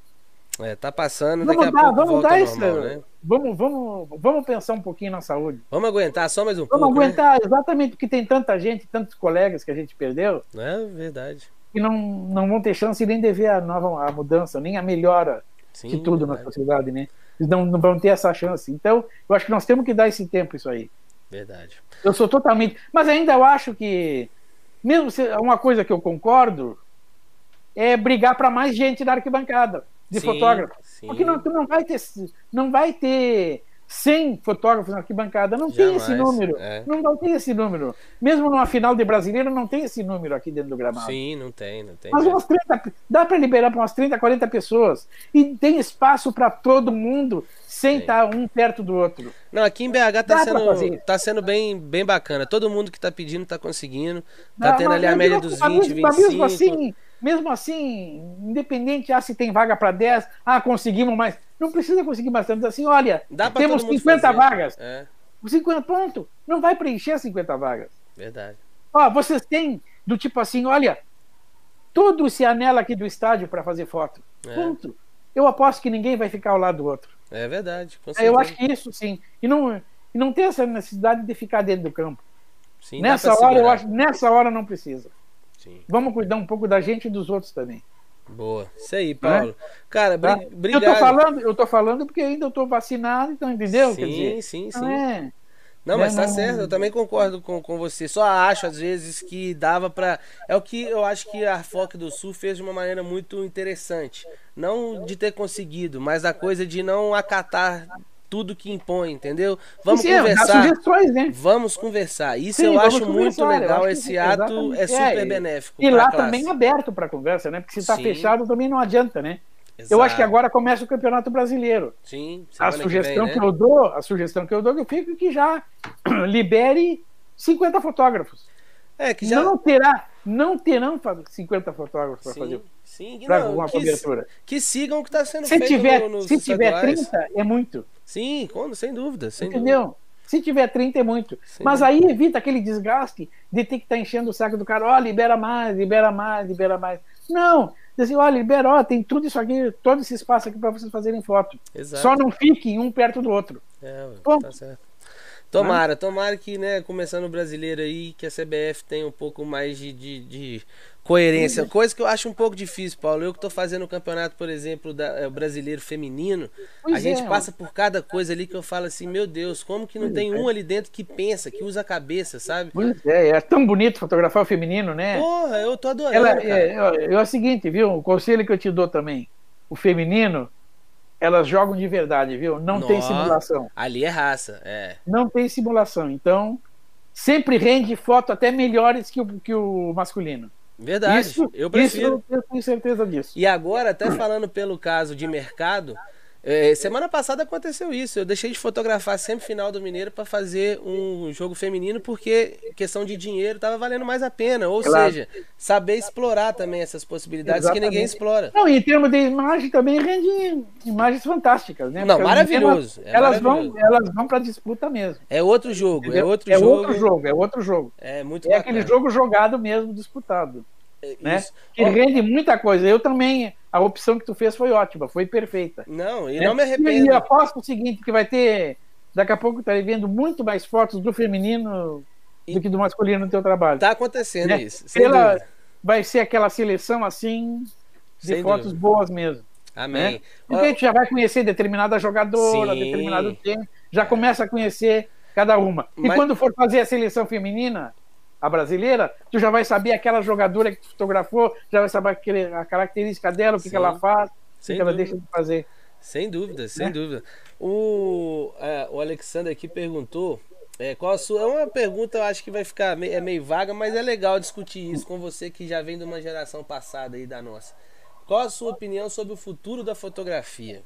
É, tá passando, daqui vamos a dar, pouco vamos volta dar ao esse. normal, né? Vamos, vamos, vamos pensar um pouquinho na saúde. Vamos aguentar só mais um Vamos pouco, né? aguentar, exatamente porque tem tanta gente, tantos colegas que a gente perdeu É verdade. que não, não vão ter chance nem de ver a nova a mudança, nem a melhora Sim, é. de tudo na verdade. sociedade, né? Eles não, não vão ter essa chance. Então, eu acho que nós temos que dar esse tempo isso aí. verdade. Eu sou totalmente. Mas ainda eu acho que. Mesmo se- uma coisa que eu concordo é brigar para mais gente da arquibancada, de Sim, fotógrafo. sim. Porque não, tu não vai ter. Não vai ter 100 fotógrafos na arquibancada. Não tem esse Jamais, número. é. Não, não tem esse número. Mesmo numa final de brasileiro, não tem esse número aqui dentro do gramado. Sim, é não tem, não tem. Mas mesmo. umas 30, dá para liberar para umas 30, 40 pessoas. E tem espaço para todo mundo sem Tem. estar um perto do outro. Não, aqui em BH Dá tá pra sendo, fazer. tá sendo bem, bem bacana. Todo mundo que tá pedindo tá conseguindo. Tá Mas- tendo mas ali a eu média digo dos assim, 20, mas 25. Mesmo assim, mesmo assim, independente ah, se tem vaga para 10, ah, conseguimos mais. Não precisa conseguir mais tanto assim, olha, Dá pra temos todo mundo 50 fazer. vagas. É, 50 ponto, não vai preencher 50 vagas. verdade. Ó, vocês têm do tipo assim, olha, todo esse anelo aqui do estádio para fazer foto. É. Ponto. Eu aposto que ninguém vai ficar ao lado do outro. É verdade. com É, Eu certeza. acho que isso sim. E não, e não tem essa necessidade de ficar dentro do campo. Sim, dá nessa pra hora, eu segurar. acho, nessa hora não precisa. Sim. Vamos cuidar um pouco da gente e dos outros também. Boa. Isso aí, Paulo. Cara, tá? bri- Eu obrigado. tô falando, eu tô falando porque ainda eu tô vacinado, então entendeu? Quer Sim, dizer, sim, sim. não é- Não, mas Não, tá não, certo, não. eu também concordo com, com você. Só acho, às vezes, que dava pra. É o que eu acho que a FOC do Sul fez de uma maneira muito interessante. Não de ter conseguido, mas a coisa de não acatar tudo que impõe, entendeu? Vamos sim, é, dá conversar. sugestões, né? Vamos conversar. Isso Sim, eu vamos acho muito conversar, eu legal. acho que Esse sim, ato exatamente. é super É, e- benéfico. E pra lá classe. também é aberto para conversa, né? Porque se está Sim. fechado também não adianta, né? Eu Exato. acho que agora começa o Campeonato Brasileiro. Sim, a semana que sugestão que, vem, né? eu dou, a sugestão que eu dou, eu fico que já [clears throat] libere 50 fotógrafos. É, que já. Não terá, não terão fa- 50 fotógrafos para fazer Sim, sim, pra não, uma que, cobertura. que sigam o que está sendo Se feito tiver, no- nos se tiver estaduais. 30 é muito, Sim, quando, sem dúvida, sem dúvida. entendeu? Se tiver 30 é muito. Sem Mas aí evita aquele desgaste de ter que estar enchendo o saco do cara, ó, libera mais, libera mais, libera mais. Não, diz assim, ó, libera, ó, tem tudo isso aqui, todo esse espaço aqui para vocês fazerem foto. Exato. Só não fiquem um perto do outro. É, ué, Ponto. tá certo. Tomara, tomara que, né, começando o brasileiro aí, que a CBF tenha um pouco mais de, de, de coerência. Coisa que eu acho um pouco difícil, Paulo. Eu que tô fazendo o campeonato, por exemplo, da, é, o brasileiro feminino, Pois a é, gente ó. passa por cada coisa ali que eu falo assim, meu Deus, como que não tem um ali dentro que pensa, que usa a cabeça, sabe? é. Pois é, é tão bonito fotografar o feminino, né? Porra, eu tô adorando, Ela, cara. é, é, é o seguinte, viu? O conselho que eu te dou também. O feminino, elas jogam de verdade, viu? Não tem Nó. simulação. Ali é raça, é. Não tem simulação. Então, sempre rende foto até melhores que o, que o masculino. Verdade, isso, eu prefiro. isso eu tenho certeza disso. E agora, até falando pelo caso de mercado, eh, semana passada aconteceu isso. Eu deixei de fotografar a semifinal do Mineiro para fazer um jogo feminino porque questão de dinheiro estava valendo mais a pena. Ou Claro. seja, saber explorar também essas possibilidades que ninguém Exatamente. explora. Não, e em termos de imagem também rende imagens fantásticas, né? Não, Porque as maravilhoso, meninas, é elas, maravilhoso. Vão, elas vão para disputa mesmo. É outro jogo, é entendeu? outro jogo. é outro jogo. É muito É bacana. aquele jogo jogado mesmo, disputado. É né? isso. Que rende muita coisa. Eu também, a opção que tu fez foi ótima, foi perfeita. Não, e né? não me E eu arrependo. aposto o seguinte, que vai ter, daqui a pouco tá vendo muito mais fotos do feminino do que do masculino no teu trabalho. Tá acontecendo né? isso. Sem Pela- dúvida. vai ser aquela seleção assim de Sem fotos dúvida. boas mesmo. Amém. né? Porque a gente já vai conhecer determinada jogadora, Sim. determinado tempo, já começa a conhecer cada uma. E Mas- quando for fazer a seleção feminina, a brasileira, tu já vai saber aquela jogadora que tu fotografou, já vai saber aquele- a característica dela, o que, Sim. que ela faz, o que, Sem que ela dúvida. deixa de fazer. Sem dúvida, Né? sem dúvida. O, é, o Alexandre aqui perguntou é, qual a sua. É uma pergunta, eu acho que vai ficar meio, é meio vaga, mas é legal discutir isso com você que já vem de uma geração passada aí da nossa. Qual a sua opinião sobre o futuro da fotografia?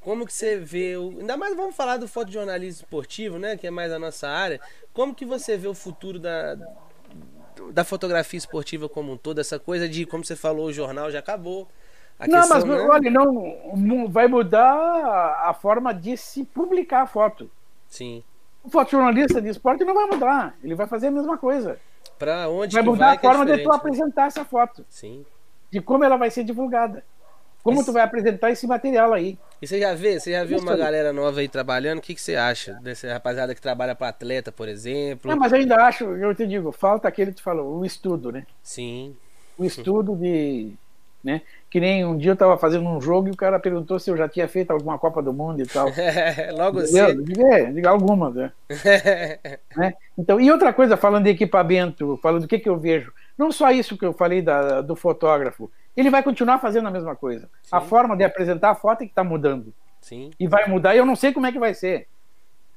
Como que você vê o. Ainda mais vamos falar do fotojornalismo esportivo, né? Que é mais a nossa área. Como que você vê o futuro da, da fotografia esportiva como um todo, essa coisa de, como você falou, o jornal já acabou. A não, questão, mas né? olha, não, mu- vai mudar a- a forma de se publicar a foto. Sim. O fotojornalista de esporte não vai mudar, ele vai fazer a mesma coisa. Pra onde Vai que mudar vai, a que é forma de tu diferente, né? apresentar essa foto, Sim. de como ela vai ser divulgada. Como Mas- tu vai apresentar esse material aí? E você já vê, você já viu Isso uma aí. galera nova aí trabalhando, o que, que você acha dessa rapaziada que trabalha pra atleta, por exemplo? Não, mas eu ainda acho, eu te digo, falta aquele que tu falou, o estudo, né? Sim, [laughs] O estudo de. Né? Que nem um dia eu estava fazendo um jogo e o cara perguntou se eu já tinha feito alguma Copa do Mundo e É, tal. logo Entendeu? cedo. Eu digo, é, eu digo, algumas, né? né? Então, e outra coisa, falando de equipamento, falando do que, que eu vejo, não só isso que eu falei da- do fotógrafo, ele vai continuar fazendo a mesma coisa. A Sim. forma de apresentar a foto é que está mudando. [laughs] Sim, E vai mudar, e eu não sei como é que vai ser.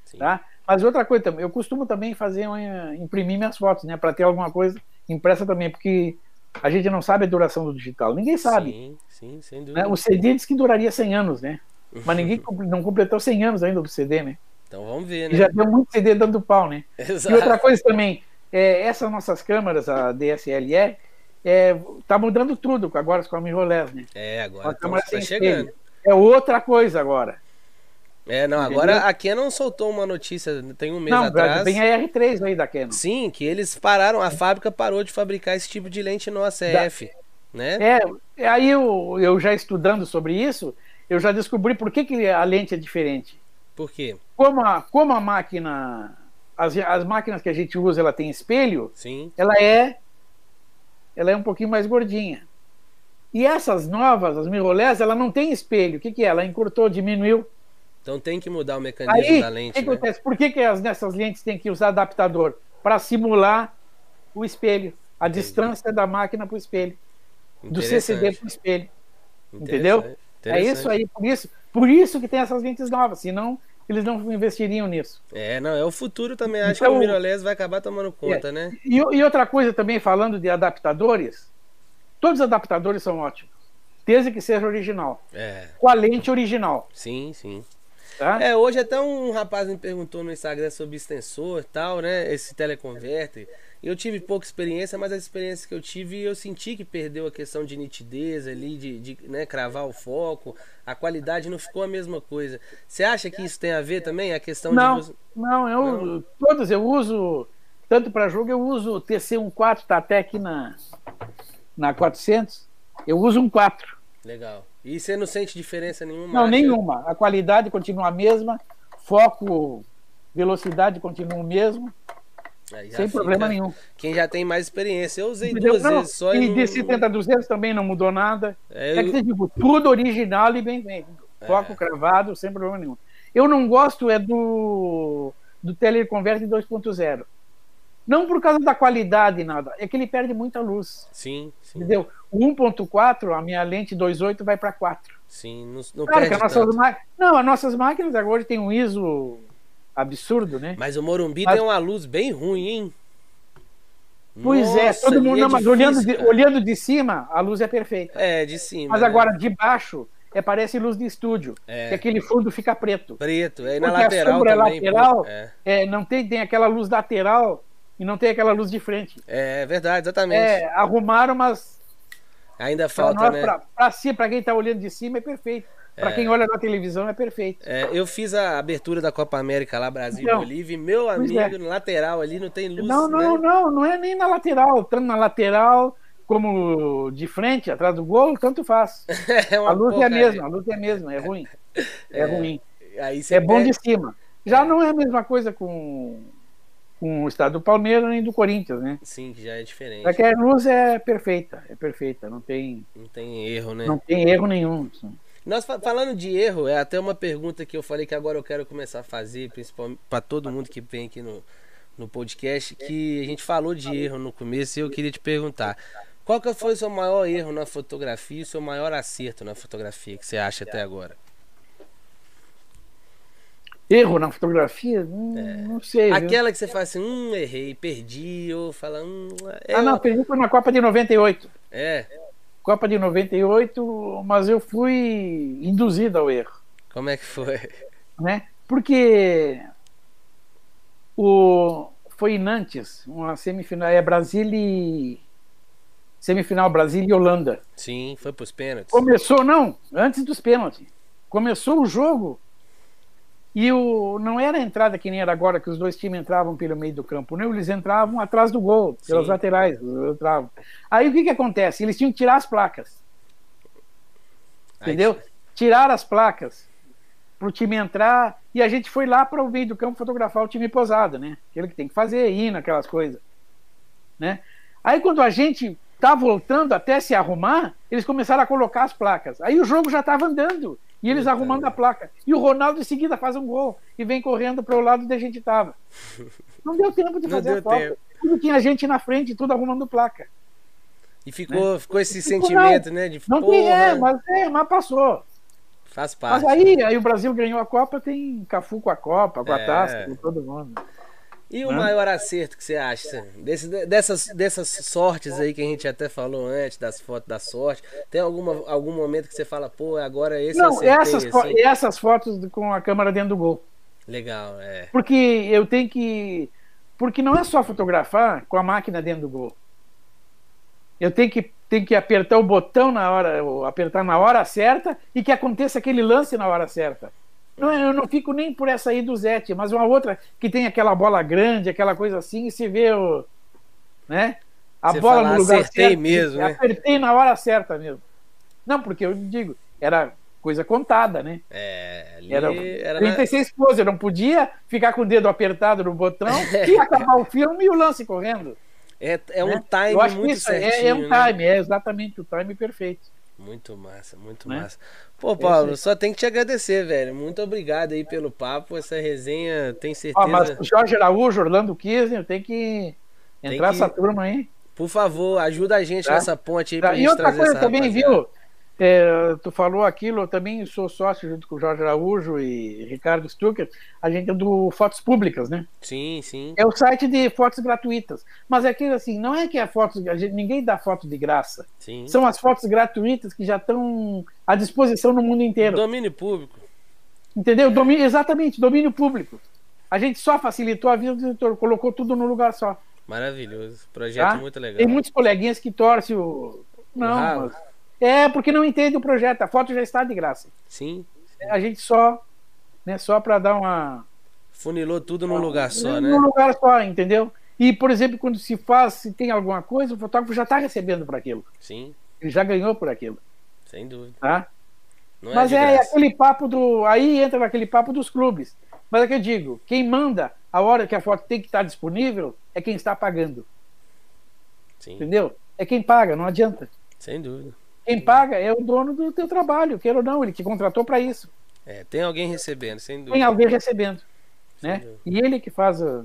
sim. Tá? Mas outra coisa também, eu costumo também fazer uma- imprimir minhas fotos, né? Para ter alguma coisa impressa também, porque a gente não sabe a duração do digital, ninguém sabe. Sim, sim, sem dúvida. né? O CD diz que duraria 100 anos, né? Mas [laughs] ninguém compl- não completou 100 anos ainda do CD, né? Então vamos ver, E né? já deu muito CD dando pau, né? E Exato. outra coisa também, é, essas nossas câmeras, a DSLR, é, tá mudando tudo com- agora com a mirrorless, né? É, Com agora a então, câmera tá sem chegando. espelho. É outra coisa agora. É, não, Entendeu? agora a Canon soltou uma notícia, tem um mês não, atrás. vem a R3 aí da Canon. Sim, que eles pararam, a fábrica parou de fabricar esse tipo de lente no ACF, né? É, é, aí eu, eu já estudando sobre isso, eu já descobri por que, que a lente é diferente. Por quê? Como a, como a máquina, as, as máquinas que a gente usa, ela tem espelho, Sim, ela é ela é um pouquinho mais gordinha. E essas novas, as mirrorless, ela não tem espelho. O que, que é? Ela encurtou, diminuiu. então tem que mudar o mecanismo Aí, da o lente, que né? acontece? Por que, que as, nessas lentes tem que usar adaptador? Para simular o espelho, a distância da máquina para o espelho, do CCD para o espelho. entendeu? Interessante, É isso interessante. aí, por isso, por isso que tem essas lentes novas, senão eles não investiriam nisso. É, não, é o futuro também. Acho que Então- é. o mirrorless vai acabar tomando conta, né? E, e outra coisa também, falando de adaptadores, todos os adaptadores são ótimos, desde que seja original, É, com a lente original. sim, sim. Tá? É, hoje até um rapaz me perguntou no Instagram sobre extensor e tal, né? Esse teleconverter. Eu tive pouca experiência, mas a experiência que eu tive, eu senti que perdeu a questão de nitidez ali, de, de, né, cravar o foco, a qualidade não ficou a mesma coisa. Você acha que isso tem a ver também? A questão não, de. você- não, eu Não. todos eu uso, tanto para jogo, eu uso o TC14, tá até aqui na, na 400, eu uso um 4, Legal. E você não é sente diferença nenhuma? não, acha? nenhuma, a qualidade continua a mesma, foco, velocidade continua o mesmo, Aí já sem fica- problema nenhum. Quem já É assim, né? tem mais experiência. Eu usei Entendeu? duas Não, vezes só e não- de 70 a 200 também não mudou nada. É, É, eu- É. que eu digo, tudo original e bem feito. Foco cravado, sem problema nenhum. Eu não gosto é do, do Teleconvert 2.0. Não por causa da qualidade, nada. É que ele perde muita luz. Sim, sim. Entendeu? O 1.4, a minha lente 2.8 vai para 4. Sim, não, não Claro perde que as nossas, tanto. ma... não, as nossas máquinas agora tem um ISO absurdo, né? Mas o Morumbi Mas- tem uma luz bem ruim, hein? Pois é, Nossa, todo ali mundo. é não, mas difícil, olhando, de, cara. olhando de cima, a luz é perfeita. É, de cima. Mas né? agora de baixo é parece luz de estúdio, É. que aquele fundo fica preto. Preto, é e na Porque a lateral sombra é também. pô. lateral. É. É, não tem, tem aquela luz lateral e não tem aquela luz de frente. É verdade, exatamente. É, arrumaram, mas Ainda para falta, nós, né? pra- pra si, para quem está olhando de cima é perfeito. Para quem olha na televisão é perfeito. É, eu fiz a abertura da Copa América lá, Brasil Então, e Bolívia, e meu pois amigo, é. no lateral ali não tem luz. não, não, né? não, não é nem na lateral, tanto na lateral como de frente, atrás do gol, tanto faz. [laughs] [laughs] É uma A luz é a porcaria. mesma, a luz é a mesma, [laughs] é ruim. É ruim. Aí você é bom perde- de cima. Já não é a mesma coisa com, com o estado do Palmeiras nem do Corinthians, né? Sim, que já é diferente. Só que a luz é perfeita, é perfeita, não tem, Não tem erro, né? não tem erro nenhum. assim. Nós fa- falando de erro, é até uma pergunta que eu falei que agora eu quero começar a fazer, principalmente para todo mundo que vem aqui no, no podcast, que a gente falou de erro no começo e eu queria te perguntar. Qual que foi o seu maior erro na fotografia e o seu maior acerto na fotografia que você acha até agora? Erro na fotografia? Hum, Não sei. viu? É. Aquela que você fala assim, hum, errei, perdi, ou fala, hum, eu... Ah, não, perdi foi na Copa de 98. É, Copa de 98, mas eu fui induzido ao erro, como é que foi? né? Porque o foi em Nantes, uma semifinal, é Brasil e semifinal Brasil e Holanda. [laughs] Sim, foi pros pênaltis. Começou não, antes dos pênaltis. Começou o jogo e o não era a entrada que nem era agora que os dois times entravam pelo meio do campo, não, eles entravam atrás do gol, pelas Sim. laterais, entravam. Aí o que que acontece? Eles tinham que tirar as placas. Aí- entendeu? Tirar as placas pro time entrar e a gente foi lá para o meio do campo fotografar o time posado, né? Aquilo que tem que fazer, hino, aquelas coisas, né? Aí quando a gente tá voltando até se arrumar, eles começaram a colocar as placas. Aí o jogo já estava andando e eles Eita, arrumando né? a placa. E o Ronaldo em seguida faz um gol e vem correndo para o lado onde a gente tava. [laughs] Não deu tempo de Não fazer a deu falta. tempo. Tudo tinha gente na frente, tudo arrumando placa. E ficou, ficou esse Ficou, não. sentimento, né? De Não porra, tem, é, mas é, mas passou. faz Mas parte. aí, aí o Brasil ganhou a Copa, tem Cafu com a Copa, com a É. taça, com todo mundo. E o né? maior acerto que você acha? Desse, dessas, dessas sortes aí que a gente até falou antes, das fotos da sorte. Tem alguma, algum momento que você fala, pô, agora esse eu Não, acertei, essas, fo- assim? essas fotos do- com a câmera dentro do gol. Legal, é. Porque eu tenho que. Porque não é só fotografar com a máquina dentro do gol. Eu tenho que, tenho que apertar o botão na hora, ou apertar na hora certa e que aconteça aquele lance na hora certa. Não, é, eu não fico nem por essa aí do Zete, mas uma outra que tem aquela bola grande, aquela coisa assim, e se vê o. Né? A Você bola fala, no lugar "Acertei certo", mesmo, né? Apertei na hora certa mesmo. Não, porque eu digo, era coisa contada, né? É, ali Era, era na- 36 poses, eu não podia ficar com o dedo apertado no botão [laughs] e acabar o filme e o lance correndo. é, é um né? time eu acho que muito isso é- certinho, é, um né? time, é exatamente o time perfeito. Muito massa, muito Né? massa. Pô, Paulo, aí. só tem que te agradecer, velho. Muito obrigado aí pelo papo. Essa resenha tem certeza. Ó, Ah, mas o Jorge Araújo, Orlando Kirchner, tem que Tem entrar que- essa turma aí. Por favor, ajuda a gente Tá. nessa ponte aí pra E gente outra trazer coisa essa também, rapaziada. viu? É, tu falou aquilo, eu também sou sócio junto com o Jorge Araújo e Ricardo Stucker, a gente é do Fotos Públicas, né? Sim, sim. É o site de fotos gratuitas. Mas é aquilo assim, não é que é fotos, a gente- ninguém dá foto de graça. Sim. são as fotos gratuitas que já estão à disposição no mundo inteiro. Domínio público. Entendeu? Domínio, exatamente, domínio público. A gente só facilitou a vida do editor, colocou tudo num lugar só. Maravilhoso. Projeto Tá? muito legal. Tem muitos coleguinhas que torcem o. rabo. Não, mas- é porque não entende o projeto. A foto já está de graça. Sim. A gente só. Né, só para dar uma. Funilou tudo num lugar só, né? Num lugar só, entendeu? E, por exemplo, quando se faz, se tem alguma coisa, o fotógrafo já está recebendo por aquilo. Sim, Ele já ganhou por aquilo. sem dúvida. Tá? Não Mas é, de é, graça. aquele papo do. Aí entra naquele papo dos clubes. Mas é que eu digo: quem manda a hora que a foto tem que estar disponível é quem está pagando, Sim, entendeu? É quem paga, não adianta. sem dúvida. Quem paga é o dono do teu trabalho, queira ou não, ele te contratou para isso. É, tem alguém recebendo, sem dúvida. Tem alguém recebendo, sem né? dúvida. E ele que faz. a-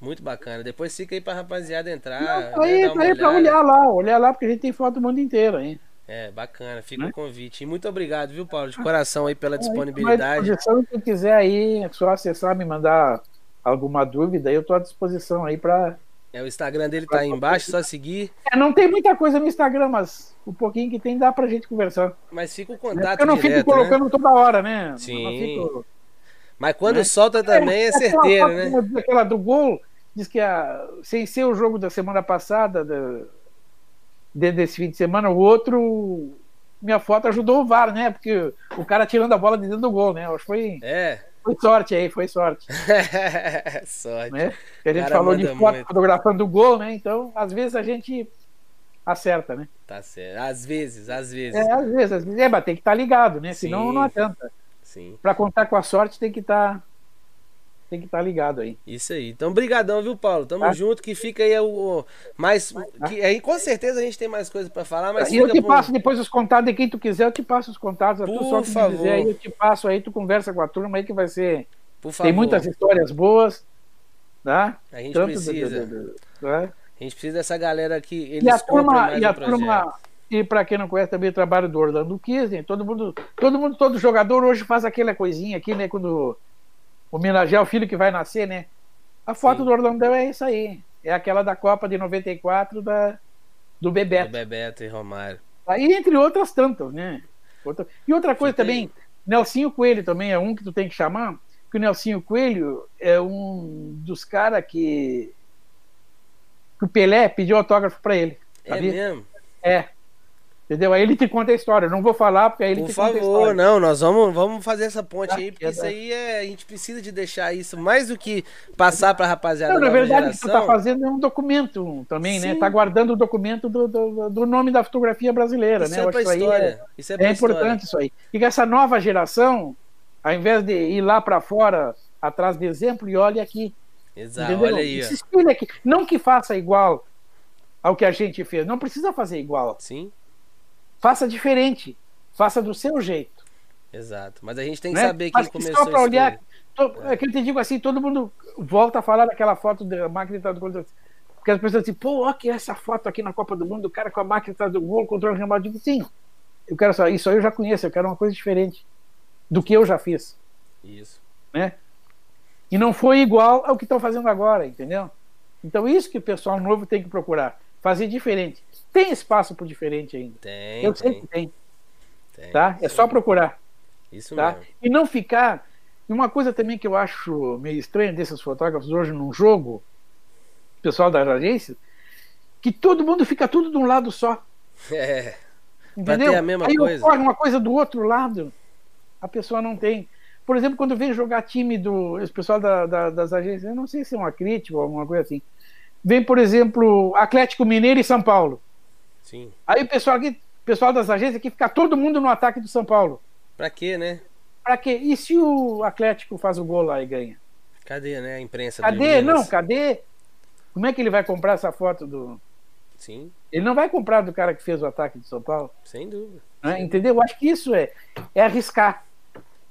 Muito bacana. Depois fica aí pra rapaziada entrar. Não, né, aí tá dar uma aí para olhada. olhar lá, olhar lá, porque a gente tem foto do mundo inteiro, hein? Então, É, bacana. Fica Né? É, o convite. E muito obrigado, viu, Paulo? De coração aí pela Aí, tô então, à disponibilidade. disposição, quem quiser aí, é só acessar, me mandar alguma dúvida, eu estou à disposição aí para É, o Instagram dele tá aí embaixo, só seguir. É, não tem muita coisa no Instagram, mas o pouquinho que tem dá pra gente conversar. Né? Mas fica o É, Porque contato eu não direto, né? fico colocando toda hora, né? Sim. Não fico- né? Mas quando né? solta também é Aquela certeiro, foto né? do- Aquela do gol, diz que a, sem ser o jogo da semana passada, da- de- desse fim de semana, o outro. Minha foto ajudou o VAR, né? Porque o cara tirando a bola de dentro do gol, né? Acho que foi, É. [laughs] foi sorte aí, foi sorte. Sorte. Né? Porque a gente Cara, falou de manda foto muito. fotografando o gol, né? Então, às vezes a gente acerta, né? Tá certo. Às vezes, às vezes. É, às vezes, às vezes. É, mas tem que estar ligado, né? Sim. Senão não adianta. Sim. Para contar com a sorte tem que estar tem que estar ligado aí. Isso aí. Então, brigadão, viu, Paulo? Tamo Tá. junto, que fica aí o... o- mais... Que, aí, com certeza, a gente tem mais coisa pra falar, mas e eu fica te pro- passo depois os contatos de quem tu quiser, eu te passo os contatos, a Por tu só tu me favor. dizer aí, eu te passo aí, tu conversa com a turma aí que vai ser. por favor. Tem muitas histórias boas, tá? A gente Tanto do- precisa. do- do- né? A gente precisa dessa galera aqui. Eles E a compram turma, mais e a o projeto. turma e para quem não conhece também o trabalho do Orlando Kirchner, todo mundo, todo mundo, todo jogador hoje faz aquela coisinha aqui, né, quando homenagear o filho que vai nascer, né? A foto Sim. do Orlandão é isso aí. É aquela da Copa de 94 da, do Do Bebeto. Bebeto e Romário. Aí, entre outras tantas, né? Outra- E outra coisa Fica também, Nelsinho Coelho também é um que tu tem que chamar, que o Nelsinho Coelho é um dos caras que, que o Pelé pediu autógrafo para ele. É sabia? mesmo? É. Entendeu? Aí ele te conta a história. Eu não vou falar, porque aí ele Por te conta a favor, história. não, nós vamos, vamos fazer essa ponte aí, porque Ah, é, isso é. aí é. A gente precisa de deixar isso mais do que passar pra rapaziada Não, na nova verdade, o que tu né, geração. está fazendo é um documento um, também, né? Sim. Está guardando o documento do, do, do nome da fotografia brasileira, isso né? é Eu pra acho isso aí história. Isso é pra é história. importante isso aí. E que essa nova geração, ao invés de ir lá para fora atrás de exemplo, e olha aqui. Exato, entendeu? olha aí, E ó. se espelha aqui. Não que faça igual ao que a gente fez. Não precisa fazer igual. Sim, Faça diferente. Faça do seu jeito. exato. Mas a gente tem que né? saber quem Mas começou só para isso olhar. tudo. to- É que eu te digo assim, todo mundo volta a falar daquela foto da máquina de controle. Porque as pessoas dizem, pô, olha que é essa foto aqui na Copa do Mundo, o cara com a máquina atrás do gol, controle remoto. Eu digo, sim, eu quero só, isso aí eu já conheço, eu quero uma coisa diferente do que eu já fiz. Isso. né? E não foi igual ao que estão fazendo agora, entendeu? Então isso que o pessoal novo tem que procurar, fazer diferente. Tem espaço para diferente ainda. Tem, Eu sei tem, que tem, tem. tá? É só procurar, Isso tá? mesmo. [laughs] E não ficar. E uma coisa também que eu acho meio estranha desses fotógrafos hoje num jogo, pessoal das agências, que todo mundo fica tudo de um lado só, É, Pra entendeu? ter a mesma Aí coisa. ocorre uma coisa do outro lado, a pessoa não tem. Por exemplo, quando vem jogar time do esse pessoal da- da- das agências, eu não sei se é uma crítica ou alguma coisa assim. Vem, por exemplo, Atlético Mineiro e São Paulo. sim. Aí o pessoal aqui, o pessoal das agências aqui fica todo mundo no ataque do São Paulo. Pra quê, né? Pra quê? E se o Atlético faz o gol lá e ganha? Cadê, né? A imprensa do Cadê? Minas? Não, cadê? Como é que ele vai comprar essa foto do. Sim, Ele não vai comprar do cara que fez o ataque do São Paulo. sem dúvida. né? Entendeu? Eu acho que isso é, é arriscar.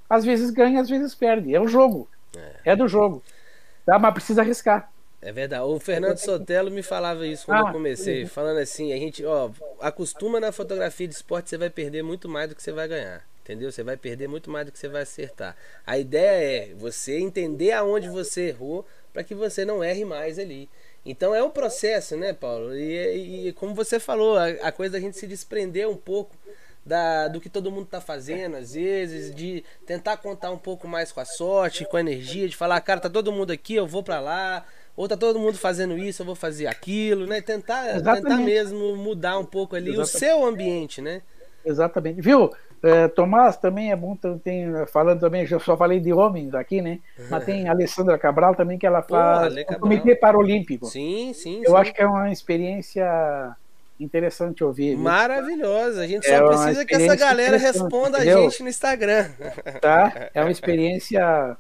Às vezes ganha, às vezes perde. É o jogo. É, do jogo. Tá? Mas precisa arriscar. É verdade. O Fernando Sotelo me falava isso quando Ah, eu comecei, falando assim, a gente, ó, acostuma na fotografia de esporte, você vai perder muito mais do que você vai ganhar. Entendeu? Você vai perder muito mais do que você vai acertar. A ideia é você entender aonde você errou para que você não erre mais ali. Então é um processo, né, Paulo? E, e como você falou, a, a coisa da gente se desprender um pouco da, do que todo mundo tá fazendo, às vezes, de tentar contar um pouco mais com a sorte, com a energia, de falar, cara, tá todo mundo aqui, eu vou pra lá, ou tá todo mundo fazendo isso, eu vou fazer aquilo, né? Tentar, Exatamente. tentar mesmo mudar um pouco ali o Exatamente. seu ambiente, né? Exatamente. Viu? É, Tomás também é bom, tam- tem, falando também, eu só falei de homens aqui, né? Mas tem a Alessandra Cabral também, que ela Pô, faz Ale o É. Cabral. Comitê Paralímpico. Sim, sim, Eu sim. acho que é uma experiência interessante ouvir. viu? Maravilhosa. A gente né? É só uma precisa que essa experiência galera interessante, responda a entendeu? gente no [laughs] Instagram. tá? É uma experiência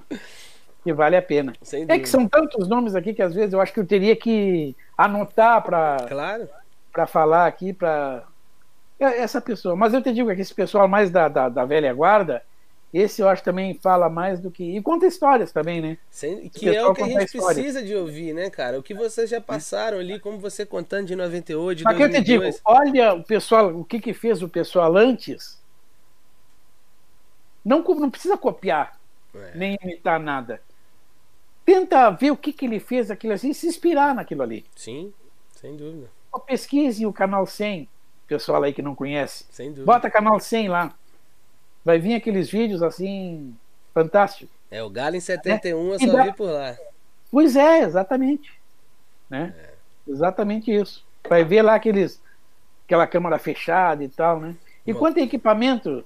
que vale a pena. Sem É que dúvida. são tantos nomes aqui que às vezes eu acho que eu teria que anotar para Claro. para falar aqui para essa pessoa. Mas eu te digo que esse pessoal mais da, da, da velha guarda, esse eu acho também fala mais do que. E conta histórias também, né? Sem- Esse que é o pessoal que a contar gente história. precisa de ouvir, né, cara? O que vocês já passaram ali, como você contando de 98, de Só que eu te digo, 2002. olha o pessoal, o que, que fez o pessoal antes. Não, co- não precisa copiar, É. nem imitar nada. Tenta ver o que, que ele fez aquilo assim, e se inspirar naquilo ali. Sim, sem dúvida. Ó, Pesquise o canal 100, pessoal aí que não conhece. Sem dúvida. Bota canal 100 lá. Vai vir aqueles vídeos assim, fantástico. É, o Galo em 71 eu E só dá- vi por lá. Pois é, exatamente. Né? É. Exatamente isso. Vai ver lá aqueles, aquela câmera fechada e tal, né? E Bom. quanto é equipamento,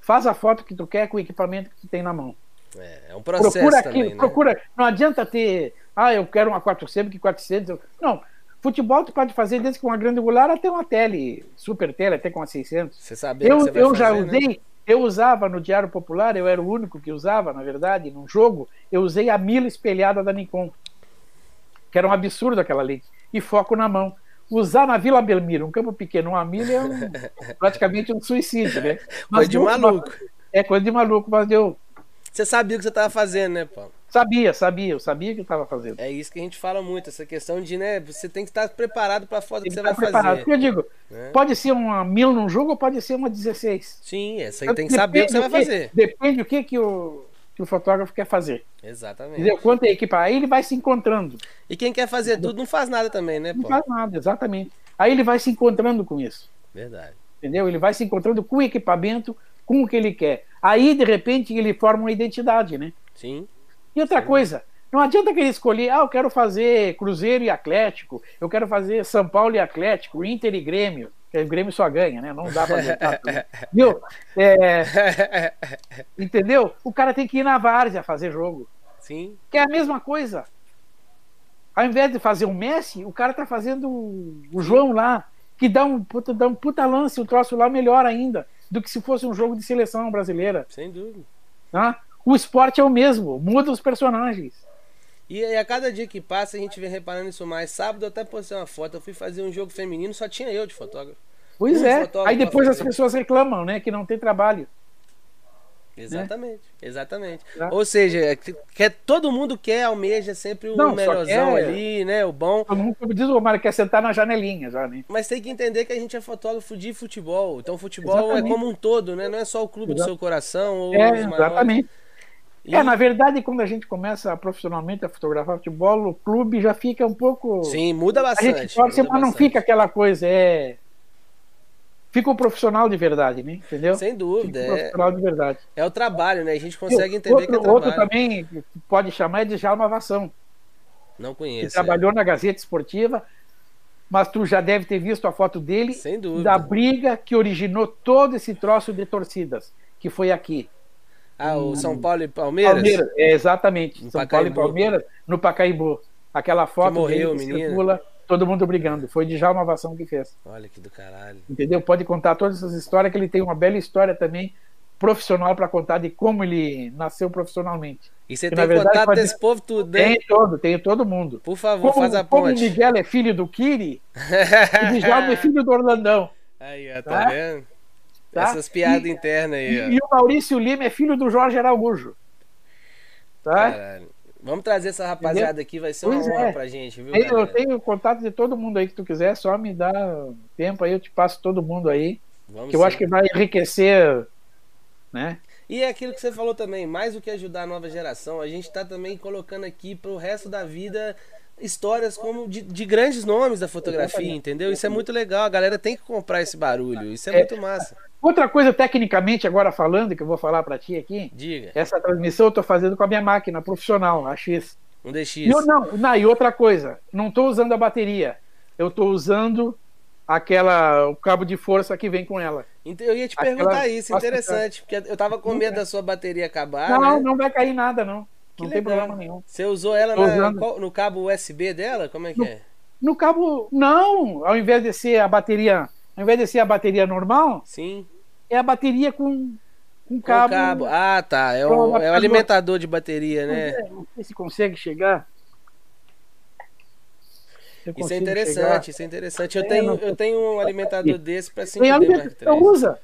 faz a foto que tu quer com o equipamento que tu tem na mão. É, é um processo procura aquilo, também, né? procura. Não adianta ter, ah, eu quero uma 400, que 400. eu- Não, futebol tu pode fazer desde com uma grandular até uma tele, super tele, até com uma 600. Você saber o Eu, que você vai eu já fazer, né? usei, eu usava no Diário Popular, eu era o único que usava, na verdade, num jogo, eu usei a mila espelhada da Nikon, que era um absurdo aquela lente, e foco na mão. Usar na Vila Belmiro, um campo pequeno, uma milha [laughs] é um- praticamente um suicídio, né? Foi de deu- maluco. É coisa de maluco, mas eu Você sabia o que você estava fazendo, né, Paulo? sabia, sabia, eu sabia o que eu estava fazendo. É isso que a gente fala muito, essa questão de, né, você tem que estar preparado para a foto que você Tá vai preparado. fazer. Porque Eu digo, né? pode ser uma mil num jogo ou pode ser uma 16. Sim, é, você tem que saber o que você vai Depende do fazer. que- Depende do que, que, o, que o fotógrafo quer fazer. Exatamente. Entendeu? Quanto é equipar? Aí ele vai se encontrando. E quem quer fazer tudo não faz nada também, né, Não Paulo? faz nada, exatamente. Aí ele vai se encontrando com isso. Verdade. Entendeu? Ele vai se encontrando com o equipamento, com o que ele quer. Aí, de repente, ele forma uma identidade, né? Sim. E outra coisa, não adianta querer escolher, ah, eu quero fazer Cruzeiro e Atlético, eu quero fazer São Paulo e Atlético, Inter e Grêmio. Porque o Grêmio só ganha, né? Não dá pra aguentar tudo. Viu? É, entendeu? O cara tem que ir na várzea fazer jogo. Sim. Que é a mesma coisa. Ao invés de fazer um Messi, o cara tá fazendo o João lá, que dá um puta, dá um puta lance, o troço lá melhor ainda do que se fosse um jogo de seleção brasileira. Sem dúvida. Tá? O esporte é o mesmo, muda os personagens. E, e a cada dia que passa a gente vem reparando isso mais. Sábado eu até postei uma foto, eu fui fazer um jogo feminino, só tinha eu de fotógrafo. Pois Um é. fotógrafo Aí depois pra as fazer. pessoas reclamam, né? Que não tem trabalho. Né? Exatamente, exatamente. Tá? Ou seja, é que- quer, todo mundo quer, almeja sempre o Não, só melhorzão quer- ali, né? O bom. Como como diz o Romário, quer sentar na janelinha já, né? Mas tem que entender que a gente é fotógrafo de futebol. Então, futebol é Exatamente. como um todo, né? Não é só o clube do Exato. seu coração ou É, os maiores. exatamente. E- É, na verdade, quando a gente começa profissionalmente a fotografar futebol, o clube já fica um pouco. Sim, muda a bastante. gente torce, muda mas não bastante. fica aquela coisa, é. Fica o profissional de verdade, né? Entendeu? Sem Fica dúvida. o É, profissional de verdade. é o trabalho, né? A gente consegue entender outro, que é trabalho. outro também que pode chamar é de Djalma Vação, Não que conheço. é. trabalhou na Gazeta Esportiva, mas tu já deve ter visto a foto dele é. Sem dúvida. da briga que originou todo esse troço de torcidas, que foi aqui. Ah, o São Paulo e Palmeiras? Palmeiras, é, exatamente. No São Pacaembu. Paulo e Palmeiras, no Pacaembu. Aquela foto Que morreu dele o menino. circula, todo mundo brigando. Foi de Djalma Vação que fez. Olha que do caralho. Entendeu? Pode contar todas essas histórias, que ele tem uma bela história também profissional para contar de como ele nasceu profissionalmente. E você Que, tem na verdade, contato pode- desse povo tudo, né? Tem todo, tem todo mundo. Por favor, Como, faz a como o ponte. Miguel é filho [laughs] do Kiri, o Djalma é filho do Orlandão. Aí, ó, tá, Tá? vendo? Tá? Essas piadas E- internas E, aí, ó. e o Maurício Lima é filho do Jorge Araújo. Tá? Caralho. Vamos trazer essa rapaziada aqui, vai ser uma Pois honra é. pra gente, viu? Tem- eu galera? tenho contato de todo mundo aí que tu quiser, só me dá tempo aí, eu te passo todo mundo aí, Vamos que eu sim. acho que vai enriquecer, né? E é aquilo que você falou também, mais do que ajudar a nova geração, a gente tá também colocando aqui pro resto da vida histórias como de, de grandes nomes da fotografia, Exatamente. entendeu? Isso é muito legal, a galera tem que comprar esse barulho, isso é, É. muito massa. Outra coisa, tecnicamente, agora falando, que eu vou falar pra ti aqui, Diga, essa transmissão eu tô fazendo com a minha máquina profissional, a X. um DX. E eu não, não, e outra coisa, não estou usando a bateria, eu estou usando aquela o cabo de força que vem com ela. Então, eu ia te Aquela- perguntar isso, Nossa, interessante, porque eu tava com medo da sua bateria acabar, não, né? não vai cair nada não, Que não tem legal. problema nenhum. Você usou ela Tô na- usando. qual- no cabo USB dela? Como é que é? No cabo não, ao invés de ser a bateria, ao invés de ser a bateria normal, Sim. é a bateria com com Com o cabo. cabo. Ah, tá. É Com o um, é um adaptador. alimentador de bateria, Pois né? é, Não sei se consegue chegar. Se Isso é eu consigo interessante, isso é interessante. Eu É, tenho, não- eu tenho um alimentador desse pra chegar. Tem 5D Mark alimentação, III. usa.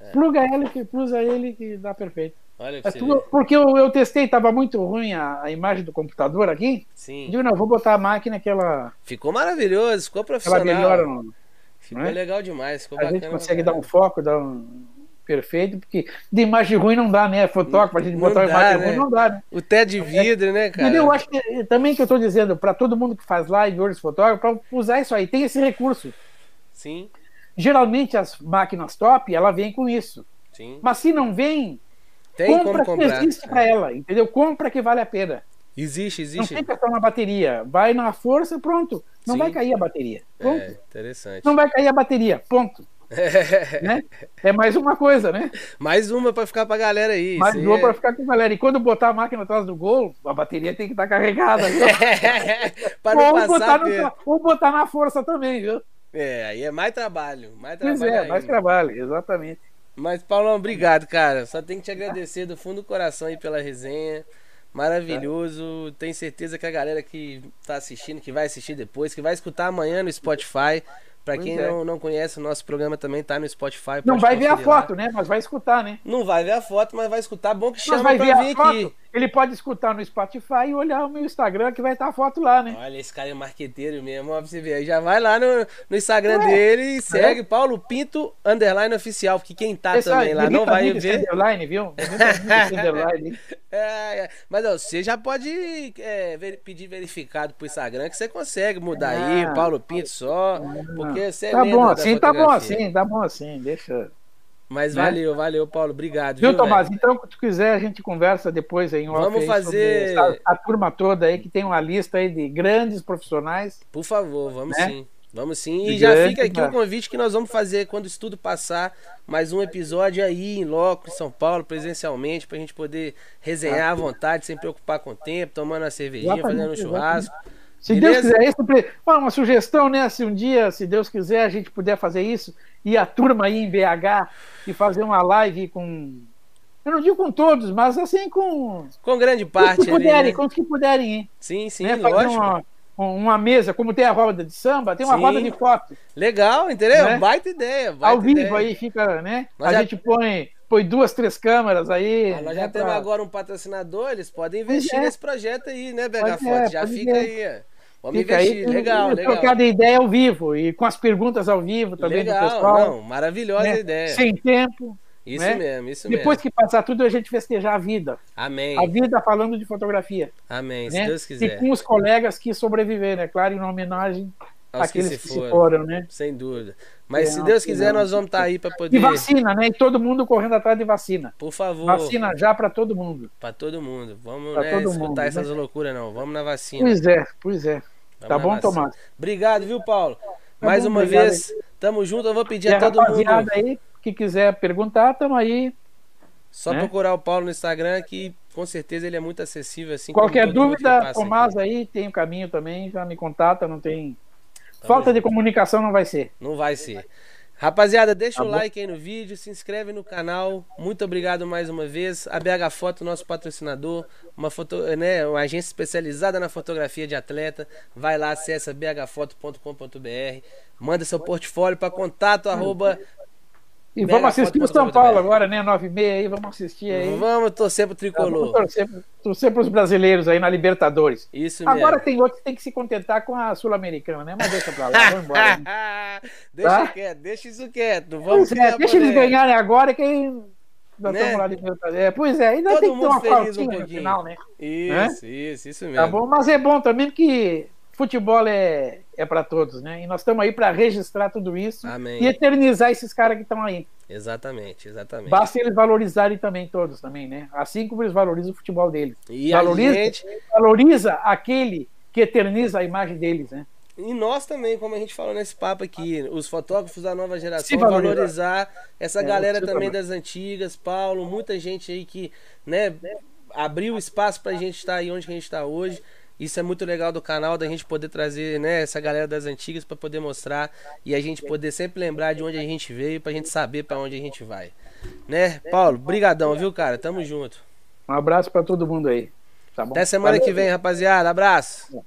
É. Pluga ele, que usa ele que dá perfeito. Olha pra Mas você tu- ver. porque eu, eu testei, estava muito ruim a, a imagem do computador aqui. Sim. Digo, não, vou botar a máquina que ela, Ficou maravilhoso, ficou que ela profissional. melhora. no- Ficou né? legal demais, ficou A bacana. gente consegue pra dar um foco, dar um perfeito, porque de imagem ruim não dá, né? Fotógrafo, a gente Não botar uma dá, imagem né? ruim não dá, né? caralho. O té de vidro, né, cara? Mas eu acho que eh, também que eu estou dizendo para todo mundo que faz live hoje, fotógrafo, para usar isso aí, tem esse recurso. Sim, Geralmente as máquinas top, ela vem com isso. sim. Mas se não vem, Tem compra como comprar. é. que existe para ela, entendeu? Compra que vale a pena. Existe, Não existe. tem questão na bateria. Vai na força, pronto. Não Sim. vai cair a bateria. Ponto. É, interessante. Não vai cair a bateria, ponto. Né? É mais uma coisa, né? [laughs] Mais uma pra ficar pra galera aí. mais isso aí uma é- para ficar com a galera. E quando botar a máquina atrás do gol, a bateria tem que [laughs] estar carregada. [laughs] É, pra não ou, passar. botar Botar no, ou botar na força também, viu? É, aí é mais trabalho. Mais Pois trabalho é, ainda. mais trabalho, exatamente. Mas, Paulão, obrigado, cara. Só tenho que te agradecer do fundo do coração aí pela resenha. Maravilhoso. Tenho certeza que a galera que tá assistindo, que vai assistir depois, que vai escutar amanhã no Spotify. Pra Pois quem é. não, não conhece, o nosso programa também tá no Spotify. Não pode vai ver a conferir lá. foto, né? Mas vai escutar, né? Não vai ver a foto, mas vai escutar. Bom que Mas chama vai pra ver a vir foto, aqui. ele pode escutar no Spotify e olhar o meu Instagram que vai estar a foto lá, né? Olha, esse cara é marqueteiro mesmo, ó, pra você ver. Aí Já vai lá no, no Instagram dele e É. segue Paulo Pinto, underline oficial, porque quem tá Essa- também lá bonita não vai amiga esse ver. Underline, viu? Bonita [laughs] amiga esse underline. É, é. Mas ó, você já pode é, ver- pedir verificado pro Instagram que você consegue mudar aí, Ah. Paulo Pinto só, porque você é Tá lenda bom da assim, tá bom fotografia. assim, tá bom assim, deixa. Mas Né? valeu, valeu, Paulo. Obrigado. Viu, viu, Tomás? velho? Então, se tu quiser, a gente conversa depois aí em off Vamos aí fazer- sobre essa- a, turma toda aí, que tem uma lista aí de grandes profissionais. Por favor, vamos Né? sim. Vamos sim. E De já grande, fica aqui né? o convite que nós vamos fazer quando isso tudo passar. Mais um episódio aí em loco, em São Paulo, presencialmente, pra gente poder resenhar à vontade, sem preocupar com o tempo, tomando uma cervejinha, Tá. Exatamente, fazendo um churrasco. Se Beleza? Deus quiser, isso, pre- Ó, uma sugestão, né? Se um dia, se Deus quiser, a gente puder fazer isso, e a turma aí em BH e fazer uma live com. Eu não digo com todos, mas assim com. Com grande com os parte ali, que puderem, né? com os que puderem, hein? Sim, sim, né? Fazer lógico. uma, uma mesa, como tem a roda de samba, tem uma Sim. roda de foto. Legal, entendeu? Né? Baita ideia. Baita ao vivo ideia. aí fica, né? Nós a já- gente põe, põe duas, três câmeras aí. Ah, nós já né, temos pra- agora um patrocinador, eles podem Pois investir é. nesse projeto aí, né, BH Pode Foto? é, já pode fica ver. aí. ó. Vamos fica investir. aí, legal, e legal. Trocar de ideia ao vivo e com as perguntas ao vivo também do Legal, pessoal. não, maravilhosa né, ideia. Sem tempo. Isso né? mesmo, isso Depois mesmo. que passar tudo, a gente festejar a vida. Amém, A vida falando de fotografia. amém, É, se né? Deus E quiser. com os colegas que sobreviveram, é claro, em homenagem Aos que àqueles se que se foram, foram, né? sem dúvida. Mas É, se Deus não, quiser, não. nós vamos estar aí para E poder. vacina, né? E todo mundo correndo atrás de vacina. Por favor, Vacina já para todo mundo. para todo mundo. Vamos Pra né, todo escutar mundo, essas loucuras, não. Vamos na vacina. Pois é, pois é. Vamos Tá na bom, vacina. Tomás? Obrigado, viu, Paulo? Mais Tá bom, uma obrigado vez, tamo junto. Eu vou pedir E a a todo mundo. rapaziada aí que quiser perguntar, tamo aí. Só né? procurar o Paulo no Instagram, que com certeza ele é muito acessível. assim como Qualquer todo mundo que dúvida, passa Tomás aqui. aí tem o caminho também, já me contata, não tem. Tamo Falta de junto. comunicação não vai ser. Não vai ser. Rapaziada, deixa Tá o bom. like aí no vídeo, se inscreve no canal. Muito obrigado mais uma vez. A BH Foto, nosso patrocinador, uma, foto, né, uma agência especializada na fotografia de atleta. Vai lá, acessa bhfoto.com.br, manda seu portfólio para Uhum. contato arroba E vamos assistir o São Megafoto.com.br. Paulo agora, né? 9h30 aí, vamos assistir aí. Vamos torcer pro Tá, Vamos tricolor. torcer, torcer pros brasileiros aí na Libertadores. Isso mesmo. Agora tem outro que tem que se contentar com a Sul-Americana, né? Mas deixa pra lá, vamos embora. né? deixa Tá? quieto, deixa isso quieto. não [laughs] Vamos Pois é, ficar deixa eles podendo. ganharem agora que aí nós Né? estamos lá na Libertadores. É, pois é, ainda Todo tem que ter mundo uma feliz um faltinha no pouquinho. final, né? Isso, isso, isso mesmo. Tá bom, mas é bom também que futebol é, é para todos, né? E nós estamos aí para registrar tudo isso Amém. e eternizar esses caras que estão aí. Exatamente, exatamente. Basta eles valorizarem também todos também, né? Assim como eles valorizam o futebol deles. E a valoriza, gente, valoriza aquele que eterniza a imagem deles, né? e nós também, como a gente falou nesse papo aqui, os fotógrafos da nova Se geração valorizar. valorizar essa É, galera você também também. das antigas, Paulo, muita gente aí que, né, abriu espaço pra gente estar aí onde que a gente tá hoje. Isso é muito legal do canal, da gente poder trazer, né, essa galera das antigas pra poder mostrar e a gente poder sempre lembrar de onde a gente veio, pra gente saber pra onde a gente vai. Né? Paulo, brigadão, viu, cara? Tamo junto. Um abraço para todo mundo aí. Tá bom? Até semana Valeu. que vem, rapaziada. Abraço.